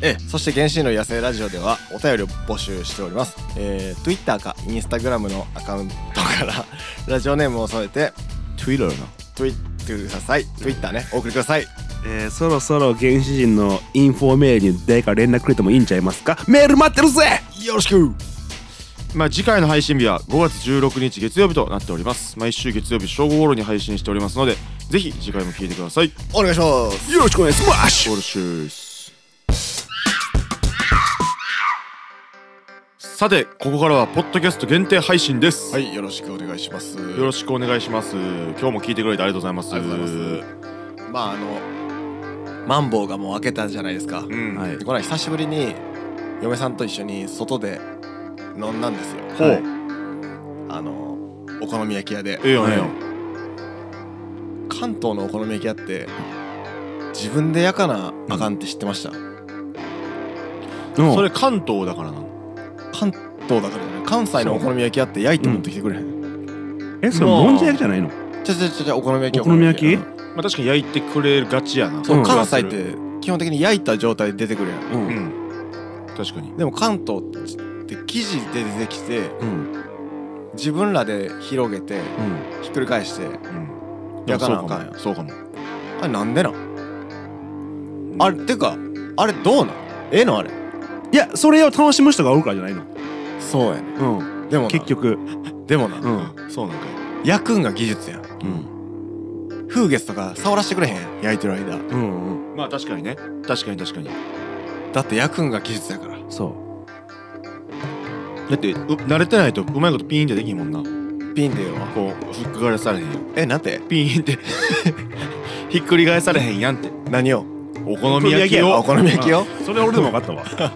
[SPEAKER 1] ええそして原始の野生ラジオではお便りを募集しております、えー、Twitter か Instagram のアカウントからラジオネームを添えて
[SPEAKER 2] Twitter な
[SPEAKER 1] ツイッてください Twitter ねお送りください
[SPEAKER 3] えー、そろそろ原始人のインフォメールに誰か連絡くれてもいいんちゃいますかメール待ってるぜ
[SPEAKER 1] よろしく
[SPEAKER 2] まあ、次回の配信日は5月16日月曜日となっております毎週月曜日正午頃に配信しておりますのでぜひ次回も聞いてください
[SPEAKER 1] お願いします
[SPEAKER 3] よろしくお願いします
[SPEAKER 2] ゴールシュースさてここからはポッドキャスト限定配信です、
[SPEAKER 1] はいよろしくお願いしますよ
[SPEAKER 2] よろしくお願いします今日も聞いてくれてありがとうございます
[SPEAKER 1] ありがとうございますまああのマンボウがもう開けたじゃないですか、
[SPEAKER 2] うん、
[SPEAKER 3] はい
[SPEAKER 1] でこの間久しぶりに嫁さんと一緒に外で飲んだんですよ
[SPEAKER 2] ほう、、
[SPEAKER 1] はいいあのお好み焼き屋で
[SPEAKER 2] ええやんええやん、
[SPEAKER 1] 関東のお好み焼き屋って自分で焼かなあかんって知ってました、
[SPEAKER 3] うん
[SPEAKER 2] それ関東だからな
[SPEAKER 1] 関東だからじゃない関西のお好み焼き屋って焼いて持ってきてくれへん、
[SPEAKER 3] えそれ
[SPEAKER 2] もう
[SPEAKER 3] もんじゃ焼きじゃないの
[SPEAKER 1] ちゃちゃちゃちゃお好み焼き
[SPEAKER 3] お好み焼き
[SPEAKER 1] お好み
[SPEAKER 2] まあ確かに焼いてくれるがちやな
[SPEAKER 1] そう、
[SPEAKER 3] うん
[SPEAKER 1] 関西って基本的に焼いた状態で出てくるやん
[SPEAKER 3] う
[SPEAKER 2] うんん確かに
[SPEAKER 1] でも関東って生地で出てきて
[SPEAKER 3] うん
[SPEAKER 1] 自分らで広げて
[SPEAKER 3] うん
[SPEAKER 1] ひっくり返して
[SPEAKER 2] うん
[SPEAKER 1] 焼かなあかんやん
[SPEAKER 2] そうかもそうかも
[SPEAKER 1] あれなんでなんあれてかあれどうなんええのあれ
[SPEAKER 3] いやそれを楽しむ人がおるからじゃないの
[SPEAKER 1] そうやね
[SPEAKER 3] うん
[SPEAKER 1] でもな
[SPEAKER 3] 結局
[SPEAKER 1] でもな、
[SPEAKER 3] うん
[SPEAKER 2] そうなんかよ
[SPEAKER 1] ヤクンが技術やん
[SPEAKER 3] うん
[SPEAKER 1] 風月とか触らしてくれへん焼いてる間
[SPEAKER 3] うんうん
[SPEAKER 2] まあ確かにね確かに確かに
[SPEAKER 1] だってヤクンが技術やから
[SPEAKER 3] そう
[SPEAKER 2] だってう慣れてないとうまいことピーンってできんもんな
[SPEAKER 1] ピンでよ
[SPEAKER 2] こうひっくり返されへんよ
[SPEAKER 1] えなんて
[SPEAKER 2] ピーンって ひっくり返されへんやんって
[SPEAKER 1] 何を
[SPEAKER 2] お好み焼き
[SPEAKER 1] あ
[SPEAKER 2] を
[SPEAKER 1] お好み焼きを
[SPEAKER 3] それ俺でも分かったわ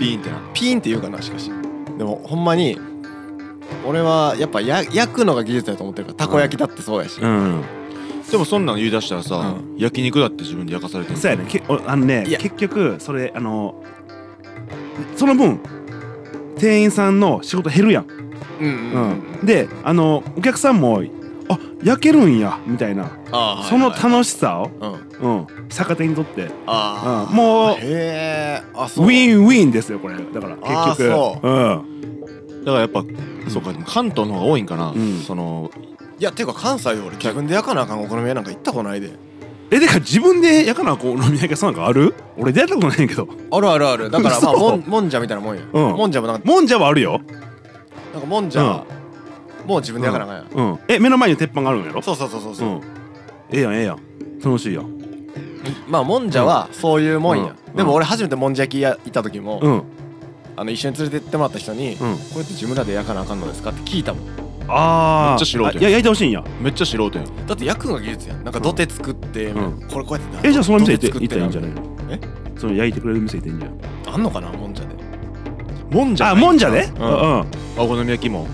[SPEAKER 2] ピーンってな
[SPEAKER 1] ピンって言うかなしかしでもほんまに俺はやっぱや焼くのが技術やと思ってるからたこ焼きだってそうやし、
[SPEAKER 3] うん
[SPEAKER 2] でもそんなん言い出したらさ、
[SPEAKER 1] う
[SPEAKER 2] 焼肉だって自分で焼かされてる
[SPEAKER 3] そうやねけおあのね
[SPEAKER 1] いや
[SPEAKER 3] 結局それあのその分店員さんの仕事減るやん、
[SPEAKER 1] うんう
[SPEAKER 3] うん、であのお客さんも「あ焼けるんや」みたいな
[SPEAKER 1] あー
[SPEAKER 3] そ
[SPEAKER 1] は
[SPEAKER 3] の
[SPEAKER 1] いはい
[SPEAKER 3] 楽しさを、
[SPEAKER 1] うん
[SPEAKER 3] うん、逆手にとって、
[SPEAKER 1] あ
[SPEAKER 3] う
[SPEAKER 1] あ
[SPEAKER 3] んもう
[SPEAKER 1] へえあそう
[SPEAKER 3] ウィンウィンですよこれだから
[SPEAKER 1] あー
[SPEAKER 3] 結
[SPEAKER 1] そ
[SPEAKER 3] 局うん
[SPEAKER 2] だからやっぱ、そうかでも関東の方が多いんかな、
[SPEAKER 3] うん
[SPEAKER 2] その
[SPEAKER 1] いやていうか関西で俺自分で焼かなあかんお好み屋なんか行ったことないで
[SPEAKER 3] えだから自分で焼かなこう飲み焼き屋さんなんかある俺出会ったことないんやけど
[SPEAKER 1] あるあるあるだからまあ
[SPEAKER 3] 嘘
[SPEAKER 1] もんもんじゃみたいなもんや、
[SPEAKER 3] うん
[SPEAKER 1] もんじゃもなんか
[SPEAKER 3] もんじゃはあるよ
[SPEAKER 1] なんかもんじゃ、もう自分で焼かなあかんや、
[SPEAKER 3] うんえ目の前に鉄板があるんやろ
[SPEAKER 1] そうそうそうそうそうう、
[SPEAKER 3] んええやんええやん楽しいやん
[SPEAKER 1] まあもんじゃはそういうもんや、
[SPEAKER 3] うん
[SPEAKER 1] でも俺初めてもんじゃ焼き屋行った時も、
[SPEAKER 3] うん
[SPEAKER 1] あの一緒に連れてってもらった人に、
[SPEAKER 3] うん
[SPEAKER 1] こうやって自分らで焼かなあかんのですかって聞いたもん
[SPEAKER 3] あ
[SPEAKER 2] め
[SPEAKER 3] あ
[SPEAKER 2] っちゃ素人やん
[SPEAKER 3] いや焼いてほしいんや
[SPEAKER 2] めっちゃ素人やん
[SPEAKER 1] だって焼くんが技術やんなんか土手作って、
[SPEAKER 3] うん
[SPEAKER 1] これこうやって
[SPEAKER 3] えじゃあその店行って
[SPEAKER 1] 土手
[SPEAKER 3] 行ったらいいんじゃないの
[SPEAKER 1] え
[SPEAKER 3] その焼いてくれる店行っていいんじゃない
[SPEAKER 1] あんのかなもんじゃで
[SPEAKER 2] もんじゃ
[SPEAKER 3] あ
[SPEAKER 2] ない
[SPEAKER 3] もんじゃね
[SPEAKER 1] う
[SPEAKER 3] うんんうん
[SPEAKER 2] お好み焼きも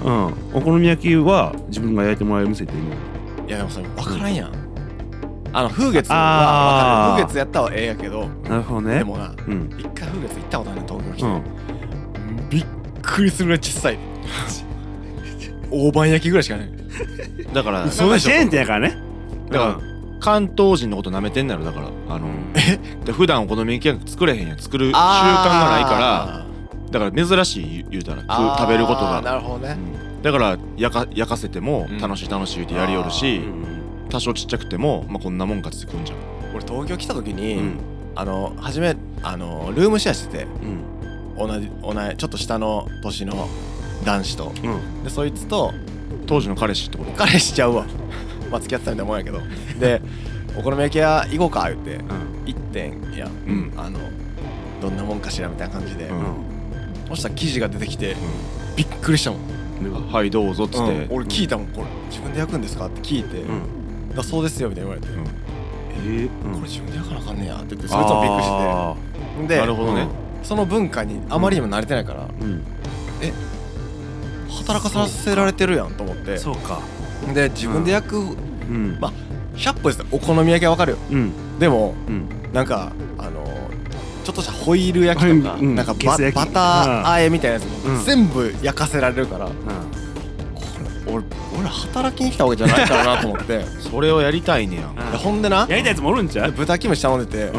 [SPEAKER 3] お好み焼きは自分が焼いてもらえる店行っていいの
[SPEAKER 1] いやでもそれ分からんやん、あの風月は
[SPEAKER 3] あ
[SPEAKER 1] 分か
[SPEAKER 3] ー
[SPEAKER 1] る風月やったらええやけど
[SPEAKER 3] なるほどね
[SPEAKER 1] でもな
[SPEAKER 3] うん
[SPEAKER 1] 一回風月行ったことあるね東京来て、
[SPEAKER 3] うん
[SPEAKER 1] びっくりするぐらい小 さい大判焼きぐらいしかない
[SPEAKER 2] だからだ
[SPEAKER 1] 嘘でしょ
[SPEAKER 3] チェーン店やからね
[SPEAKER 2] から関東人のこと舐めてんなろだからあので普段お好み焼きなんか作れへんやん作る習慣がないからだから珍しい言う言うたら食う食べること
[SPEAKER 1] あー
[SPEAKER 2] が
[SPEAKER 1] なるほどね
[SPEAKER 2] うんだから焼か焼かせても
[SPEAKER 1] うん
[SPEAKER 2] 楽しい楽しい言うてやりよるし
[SPEAKER 3] うんうん
[SPEAKER 2] 多少ちっちゃくてもまあこんなもんかってくんじゃん
[SPEAKER 1] 俺東京来た時に、
[SPEAKER 2] うん
[SPEAKER 1] あの初めあのルームシェアしてて
[SPEAKER 3] うん
[SPEAKER 1] 同じ同じちょっと下の年の男子と
[SPEAKER 3] うん
[SPEAKER 1] でそいつと
[SPEAKER 2] 当時の彼氏ってこと
[SPEAKER 1] 彼氏ちゃ うわまあ付き合ってたみたいなもんやけどでお好み焼き屋行こうか言って
[SPEAKER 3] うん
[SPEAKER 1] 一点いや
[SPEAKER 2] うん
[SPEAKER 1] あのどんなもんかしらみたいな感じで、
[SPEAKER 2] うん
[SPEAKER 1] そしたら記事が出てきて、びっくりしたもん、
[SPEAKER 3] うん
[SPEAKER 2] はいどうぞっつっ
[SPEAKER 1] うん
[SPEAKER 2] て
[SPEAKER 1] 俺聞いたもんこれ自分で焼くんですかって聞いて、
[SPEAKER 3] うん
[SPEAKER 1] だそうですよみたいな言われて、
[SPEAKER 2] うん
[SPEAKER 3] え
[SPEAKER 1] これ
[SPEAKER 3] こ
[SPEAKER 1] 自分で焼かなあかんねやって言ってそいつもびっくりしててで
[SPEAKER 2] なるほどね
[SPEAKER 1] その文化にあまりにも慣れてないから、
[SPEAKER 3] てうん
[SPEAKER 1] 働かさせられてるやんと思って
[SPEAKER 3] そうか
[SPEAKER 1] で自分で焼く
[SPEAKER 3] うん
[SPEAKER 1] ま100歩ですよお好み焼きはわかるよ
[SPEAKER 3] うん
[SPEAKER 1] でも
[SPEAKER 3] うん
[SPEAKER 1] なんかあのちょっとしたホイール焼きとか、
[SPEAKER 3] うん
[SPEAKER 1] なんか
[SPEAKER 3] ゲ
[SPEAKER 1] バ
[SPEAKER 3] ス焼き
[SPEAKER 1] バターあえみたいなやつも
[SPEAKER 3] うん
[SPEAKER 1] 全部焼かせられるから、これ俺俺働きに来たわけじゃないからなと思ってで
[SPEAKER 2] それをやりたいねやん
[SPEAKER 1] ほんでな
[SPEAKER 3] やりたいやつもおるんちゃう
[SPEAKER 1] 豚キムチ頼んでて、
[SPEAKER 3] うん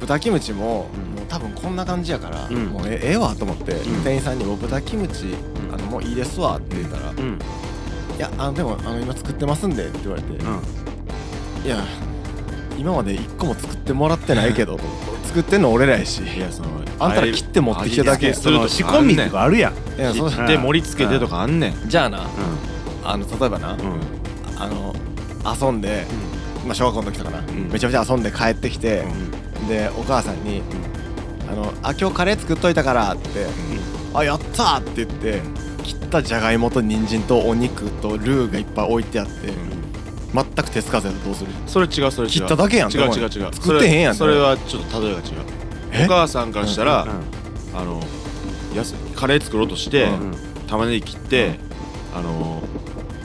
[SPEAKER 1] 豚キムチも、
[SPEAKER 3] うん
[SPEAKER 1] もう多分こんな感じやから、
[SPEAKER 3] うん
[SPEAKER 1] もうえええわと思って、
[SPEAKER 3] うん
[SPEAKER 1] 店員さんにも「豚キムチ、
[SPEAKER 3] ん
[SPEAKER 1] あのもういいですわ」って言ったら「
[SPEAKER 3] うん
[SPEAKER 1] いやあのでもあの今作ってますんで」って言われて「
[SPEAKER 3] うん
[SPEAKER 1] いや今まで一個も作ってもらってないけど作ってんの俺らやし
[SPEAKER 2] いやその
[SPEAKER 1] あんたら切って持ってきただけ
[SPEAKER 2] 味付けするとか
[SPEAKER 3] 仕込みとかあるやん
[SPEAKER 1] いやそ
[SPEAKER 2] 切
[SPEAKER 1] う
[SPEAKER 2] って盛り付けてとかあんねん
[SPEAKER 1] じゃあなあの例えばな、
[SPEAKER 3] うん
[SPEAKER 1] あの遊んで、まあ、小学校の時とかな、
[SPEAKER 2] ん
[SPEAKER 1] めちゃめちゃ遊んで帰ってきて、でお母さんに「あのあ今日カレー作っといたから」って「あやったー!」って言って切ったじゃがいもと人参とお肉とルーがいっぱい置いてあって、全く手つかずやとどうする
[SPEAKER 2] それ違うそれ違う
[SPEAKER 1] 切っただけやん
[SPEAKER 2] 違う
[SPEAKER 1] と思う
[SPEAKER 2] 違う違う
[SPEAKER 1] 作ってへんやん
[SPEAKER 2] それそれはちょっと例えが違う
[SPEAKER 1] え
[SPEAKER 2] お母さんからしたら、
[SPEAKER 3] うん
[SPEAKER 2] あのやすカレー作ろうとして、
[SPEAKER 1] うん
[SPEAKER 2] 玉ねぎ切って、あの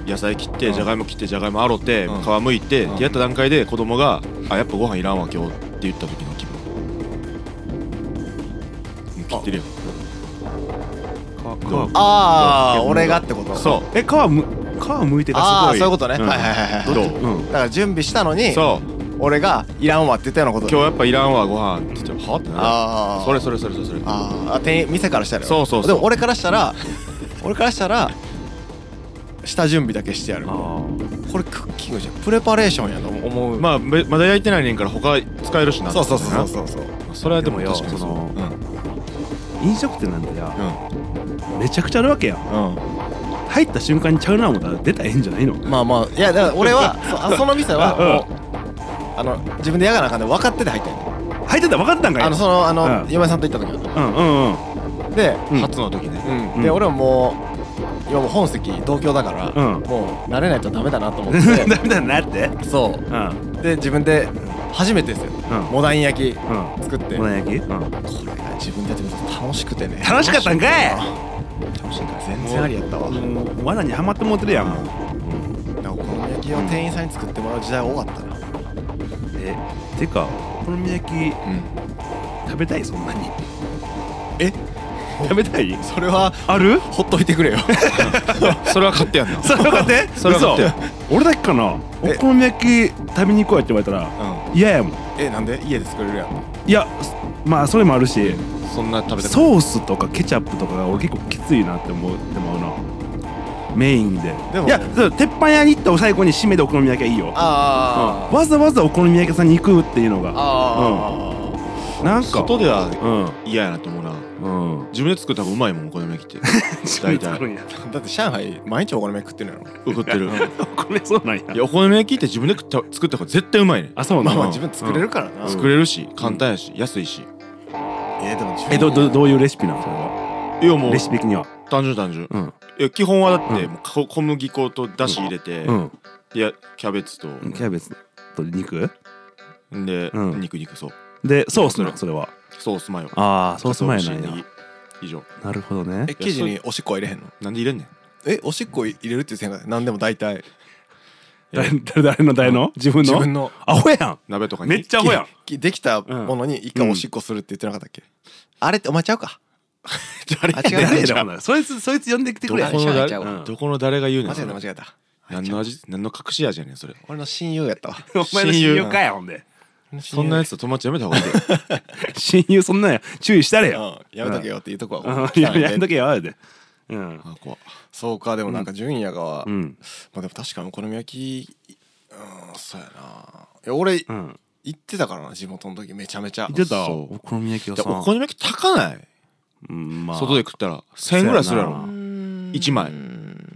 [SPEAKER 2] 野菜切って、
[SPEAKER 1] うん
[SPEAKER 2] じゃがいも切ってじゃがいもあろって、
[SPEAKER 1] うん
[SPEAKER 2] 皮むいて、
[SPEAKER 1] うん
[SPEAKER 2] ってやった段階で子供が「あやっぱご飯いらんわ今日」って言った時の気分切ってるよ
[SPEAKER 3] 皮
[SPEAKER 1] あ
[SPEAKER 2] い
[SPEAKER 1] あ
[SPEAKER 2] や
[SPEAKER 1] 俺がってこと
[SPEAKER 2] そ
[SPEAKER 3] え皮む皮むいて
[SPEAKER 1] あ
[SPEAKER 3] が
[SPEAKER 1] あ
[SPEAKER 3] す
[SPEAKER 1] そういうこ
[SPEAKER 3] ごい
[SPEAKER 1] とね、
[SPEAKER 3] うん
[SPEAKER 1] はいはいはいは
[SPEAKER 2] う
[SPEAKER 1] い
[SPEAKER 2] どう
[SPEAKER 3] うん
[SPEAKER 1] だから準備したのに
[SPEAKER 2] そう
[SPEAKER 1] 俺が「いらんわ」って言ったようなこと
[SPEAKER 2] 今日やっぱいらんわご飯って言ってはってな
[SPEAKER 1] あ
[SPEAKER 2] る
[SPEAKER 1] あ
[SPEAKER 2] それそれそれそれそれ
[SPEAKER 1] ああ店員店からしたらよ
[SPEAKER 2] そうそうそう
[SPEAKER 1] でも 俺からしたら俺からしたら下準備だけしてやる
[SPEAKER 3] あー
[SPEAKER 1] これクッキングじゃんプレパレーションやと思う、
[SPEAKER 2] まあべまだ焼いてないねんから他使えるしな
[SPEAKER 1] そうそうそうそうそう
[SPEAKER 2] それはでも
[SPEAKER 3] でもよ
[SPEAKER 2] 確かに
[SPEAKER 3] その
[SPEAKER 2] う
[SPEAKER 3] 飲食店なんてや
[SPEAKER 1] う
[SPEAKER 3] めちゃくちゃあるわけや
[SPEAKER 1] んうん
[SPEAKER 3] 入った瞬間にちゃうな思ったら出たらええんじゃないの
[SPEAKER 1] まあまあいやだから俺 はそあその店はもう、あの自分でやがなあかんで分かってて入ったんや
[SPEAKER 3] 入ってたら分かってたんかい
[SPEAKER 1] あのそのあの、
[SPEAKER 3] うん
[SPEAKER 1] 嫁さんと行った時は
[SPEAKER 3] うんうんうん
[SPEAKER 1] で、
[SPEAKER 3] うん
[SPEAKER 2] ん初の時ね
[SPEAKER 1] うん
[SPEAKER 3] うん
[SPEAKER 1] で俺はもう今もう本籍同居だから、
[SPEAKER 3] うん
[SPEAKER 1] もう慣れないとダメだなと思っ
[SPEAKER 3] ダ
[SPEAKER 1] て
[SPEAKER 3] メだ なって
[SPEAKER 1] そ
[SPEAKER 3] うん
[SPEAKER 1] うで自分で初めてですよ
[SPEAKER 3] うん
[SPEAKER 1] モダン焼き
[SPEAKER 3] うん
[SPEAKER 1] 作って、
[SPEAKER 3] も
[SPEAKER 1] こ
[SPEAKER 3] ら焼きう
[SPEAKER 1] れ
[SPEAKER 3] ん
[SPEAKER 1] が自分でやってみると楽しくてね
[SPEAKER 3] 楽しかったんかい
[SPEAKER 1] 楽しいから全然ありやったわなんか
[SPEAKER 3] もう罠にはまってもうてるやんもう
[SPEAKER 1] お好み焼きを店員さんに作ってもらう時代多かったな
[SPEAKER 3] えてかお好み焼き
[SPEAKER 1] うん
[SPEAKER 3] 食べたいそんなに
[SPEAKER 1] え
[SPEAKER 3] 食べたい
[SPEAKER 1] それは
[SPEAKER 3] ある
[SPEAKER 1] ほっといてくれよ
[SPEAKER 2] それは勝手 やんな
[SPEAKER 3] それ分かって
[SPEAKER 2] それ分かって
[SPEAKER 3] 嘘俺だけかなお
[SPEAKER 1] え
[SPEAKER 3] 好み焼き食べに行こうやって言われた
[SPEAKER 1] う
[SPEAKER 3] ら嫌やもん
[SPEAKER 1] んえなんで家で作れるやん
[SPEAKER 3] いやすまあそれもあるし
[SPEAKER 2] そんな食べたくない
[SPEAKER 3] ソースとかケチャップとかが俺結構きついなって思うでもなメインで
[SPEAKER 1] でも
[SPEAKER 3] いやそう鉄板屋に行った最後に締めでお好み焼きはいいよ
[SPEAKER 1] あ
[SPEAKER 3] うんわざわざお好み焼き屋さんに行くっていうのが
[SPEAKER 1] ああ
[SPEAKER 3] なんか
[SPEAKER 2] 外では
[SPEAKER 3] うん
[SPEAKER 2] 嫌やなと思うな
[SPEAKER 3] うん
[SPEAKER 2] 自分で作った方がうまいもんお好み焼きって 大体
[SPEAKER 3] そうなんや
[SPEAKER 1] だって上海毎日お好み焼き食ってるのやろ
[SPEAKER 2] 送ってる
[SPEAKER 3] これそうなんや
[SPEAKER 2] いやお好み焼きって自分で食った作った方が絶対うまいね
[SPEAKER 3] あそう
[SPEAKER 1] ま
[SPEAKER 3] な
[SPEAKER 1] あ
[SPEAKER 3] の
[SPEAKER 1] まあ自分作れるからな、
[SPEAKER 3] うん
[SPEAKER 2] 作れるし簡単やし安いし
[SPEAKER 1] えー、でも自分
[SPEAKER 3] えどどどういうレシピなのそれはい
[SPEAKER 2] やもう
[SPEAKER 3] レシピ的には
[SPEAKER 2] 単純単純
[SPEAKER 3] うん
[SPEAKER 2] いや基本はだって
[SPEAKER 3] うん
[SPEAKER 2] もうこ小麦粉とだし入れて
[SPEAKER 3] うん
[SPEAKER 2] いやキャベツと
[SPEAKER 3] キャベツと肉
[SPEAKER 2] で
[SPEAKER 3] うん
[SPEAKER 2] 肉肉そう
[SPEAKER 3] でソースなのそれは
[SPEAKER 2] ソースマヨ
[SPEAKER 3] ああソース前な
[SPEAKER 2] 鰹節
[SPEAKER 3] ん
[SPEAKER 2] ネ
[SPEAKER 3] や
[SPEAKER 2] ギ以上
[SPEAKER 3] なるほどね
[SPEAKER 1] え生地におしっこは入れへんの
[SPEAKER 2] なんで入れんねん
[SPEAKER 1] えおしっこ入れるって言ってんから何でも大体
[SPEAKER 3] 誰誰誰の誰の自分
[SPEAKER 1] 自
[SPEAKER 3] の
[SPEAKER 1] 分の
[SPEAKER 3] アホや
[SPEAKER 2] 鍋とか
[SPEAKER 3] ん
[SPEAKER 2] に
[SPEAKER 3] めっちゃアホやん
[SPEAKER 1] きできたものに一回おしっこするって言ってなかったっけ、あれってお前ちゃうか
[SPEAKER 2] 誰
[SPEAKER 1] あ違う
[SPEAKER 2] やねん
[SPEAKER 1] 違う
[SPEAKER 3] 誰だほなそいつそいつ呼んできて
[SPEAKER 2] ど
[SPEAKER 3] く
[SPEAKER 2] こ
[SPEAKER 1] 違
[SPEAKER 3] れ
[SPEAKER 1] う
[SPEAKER 2] の誰
[SPEAKER 1] 違う
[SPEAKER 2] うんどこの誰が言うね
[SPEAKER 1] 間
[SPEAKER 2] んそ
[SPEAKER 1] 違え
[SPEAKER 2] れ
[SPEAKER 1] た間違えた
[SPEAKER 2] 何の味何の隠し味やねんそれ
[SPEAKER 1] 俺の親友やったわ
[SPEAKER 3] お前の親友かやほんで
[SPEAKER 2] そんなや
[SPEAKER 1] つ
[SPEAKER 2] つと友達やめた 方がいいで
[SPEAKER 3] 親友そんなんや注意したれ
[SPEAKER 1] う
[SPEAKER 3] よ
[SPEAKER 1] んやめとけよって言うとこは
[SPEAKER 3] うんやんと
[SPEAKER 1] け
[SPEAKER 3] けよあれでうん
[SPEAKER 2] あ怖っ
[SPEAKER 1] そうかでもなんか純也が、
[SPEAKER 3] うん
[SPEAKER 1] まあでも確かにお好み焼きうんそうやないや俺
[SPEAKER 3] うん
[SPEAKER 1] 行ってたからな地元の時めちゃめちゃ
[SPEAKER 3] 言ってた
[SPEAKER 2] そう
[SPEAKER 3] お好み焼き屋
[SPEAKER 2] で
[SPEAKER 3] さん
[SPEAKER 2] お好み焼き高ない
[SPEAKER 3] うんまあ
[SPEAKER 2] 外で食ったら1000円ぐらいするや
[SPEAKER 3] そうや
[SPEAKER 2] ろ
[SPEAKER 3] な
[SPEAKER 2] 一枚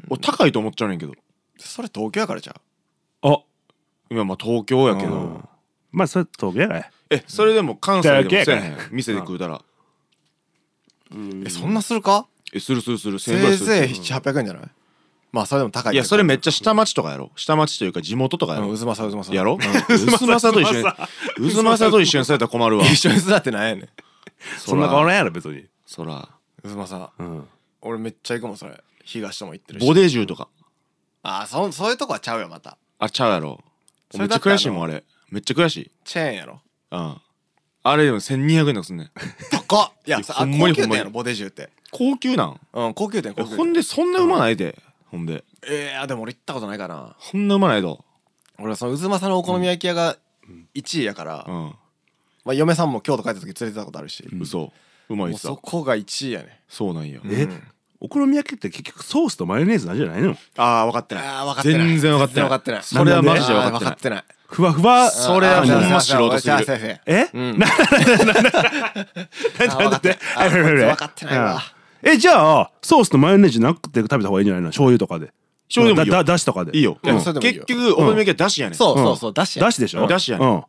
[SPEAKER 2] 俺高いと思っちゃうねんけど
[SPEAKER 1] それ東京やからじゃん
[SPEAKER 3] あ
[SPEAKER 2] 今まあ東京やけ
[SPEAKER 3] う
[SPEAKER 2] ど
[SPEAKER 3] んまあそれ東京やない
[SPEAKER 2] えそれでも関西でもせえへん
[SPEAKER 3] だ
[SPEAKER 2] 店で食うたら
[SPEAKER 1] えそんなするか
[SPEAKER 2] えするするする1000
[SPEAKER 1] せ
[SPEAKER 2] 円ぐら
[SPEAKER 1] い
[SPEAKER 2] いす
[SPEAKER 1] ぜ
[SPEAKER 2] る
[SPEAKER 1] い7800円じゃないまあそれでも高い
[SPEAKER 2] いやそれめっちゃ下町とかやろ下町というか地元とかや
[SPEAKER 1] うん
[SPEAKER 2] ろ
[SPEAKER 1] うずまさうずまさ
[SPEAKER 2] やろ渦政と一緒に渦政と一緒にされたら困るわ
[SPEAKER 1] 一緒に育ってないやねん
[SPEAKER 3] そんな変わらんやろ別に
[SPEAKER 2] そら
[SPEAKER 1] うずまさ
[SPEAKER 3] うん
[SPEAKER 1] 俺めっちゃ行くもんそれ東とも行ってるし
[SPEAKER 2] ボデージュとか
[SPEAKER 1] ああそそういうとこはちゃうよまた
[SPEAKER 2] あちゃうやろ
[SPEAKER 1] そ
[SPEAKER 2] め
[SPEAKER 1] れ
[SPEAKER 2] っち
[SPEAKER 1] だ
[SPEAKER 2] ゃ
[SPEAKER 1] ったら
[SPEAKER 2] 悔しいもんあれめっちゃ悔しい
[SPEAKER 1] チェーンやろ
[SPEAKER 2] うんあれでも1200円とかすんねん
[SPEAKER 1] 高っい
[SPEAKER 2] い
[SPEAKER 1] や
[SPEAKER 2] や
[SPEAKER 1] さ
[SPEAKER 2] ほ
[SPEAKER 1] あ
[SPEAKER 2] んまに
[SPEAKER 1] 高級店
[SPEAKER 2] ほんまに
[SPEAKER 1] やろボデジュって
[SPEAKER 2] 高級なん
[SPEAKER 1] うん高級店
[SPEAKER 2] え
[SPEAKER 1] 高級
[SPEAKER 2] ほ
[SPEAKER 1] 店
[SPEAKER 2] んでそんなうまないでほんで
[SPEAKER 1] えー、でも俺行ったことないかな
[SPEAKER 2] そんなうまないど
[SPEAKER 1] 俺はそのうずまさのお好み焼き屋が1位やから、
[SPEAKER 2] うん
[SPEAKER 1] まあ、嫁さんも京都帰った時連れてたことあるし、も
[SPEAKER 2] 嘘うまいうっす
[SPEAKER 1] そこが1位やね
[SPEAKER 2] そうなんや
[SPEAKER 3] え
[SPEAKER 1] うん
[SPEAKER 3] お好み焼きって結局ソースとマヨネーズなんじゃないの
[SPEAKER 2] ああ分かってない
[SPEAKER 1] あー分かってない
[SPEAKER 2] 全然分かってな
[SPEAKER 1] 全然
[SPEAKER 2] い
[SPEAKER 1] 分かってない
[SPEAKER 2] それはマジで
[SPEAKER 1] あー
[SPEAKER 2] 分かってない
[SPEAKER 1] てない
[SPEAKER 3] ふわふわ
[SPEAKER 2] それはほんま素人すぎる
[SPEAKER 1] る
[SPEAKER 3] え
[SPEAKER 1] うん
[SPEAKER 3] なんだって
[SPEAKER 1] あ分かって分かってないわ
[SPEAKER 3] えじゃあソースとマヨネーズなくて食べた方がいいんじゃないの醤油とかで
[SPEAKER 2] 醤油でもいいよ
[SPEAKER 3] だだだしとかで
[SPEAKER 2] いいよ
[SPEAKER 1] いや
[SPEAKER 2] うん
[SPEAKER 1] それでもいい
[SPEAKER 2] 結
[SPEAKER 1] よ
[SPEAKER 2] 局お好み焼きはだしやねん
[SPEAKER 1] そうそうそうだしや
[SPEAKER 3] だしでしょ
[SPEAKER 2] だしやね
[SPEAKER 3] うん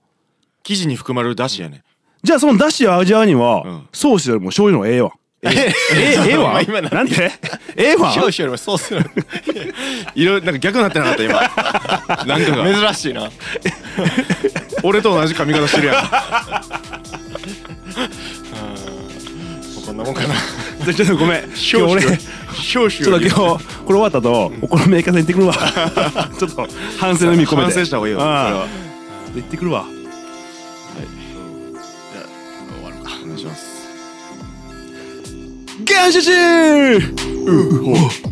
[SPEAKER 2] 生地に含まれるだしやねん
[SPEAKER 3] じゃあそのだしや味わいに
[SPEAKER 2] う
[SPEAKER 3] は
[SPEAKER 2] ん
[SPEAKER 3] ソースよりも醤油の方がええわ
[SPEAKER 1] ええ
[SPEAKER 3] えええ わ
[SPEAKER 1] 今の
[SPEAKER 3] なんてええわ
[SPEAKER 1] 教師よりもそうする
[SPEAKER 2] いろいろなんか逆になってなかった今 なんかが
[SPEAKER 1] 珍しいな
[SPEAKER 2] 俺と同じ髪型してるやん
[SPEAKER 1] こんなもんかな
[SPEAKER 3] ちょっとごめん今日俺
[SPEAKER 2] 少子
[SPEAKER 3] ちょっと今日これ終わったとお好み焼き屋さん行ってく るわちょっと反省の意味込めて
[SPEAKER 2] 反省した方がいいよそれは
[SPEAKER 3] うん行ってくるわ
[SPEAKER 1] 終わるか
[SPEAKER 2] お願いします
[SPEAKER 3] 原始人うお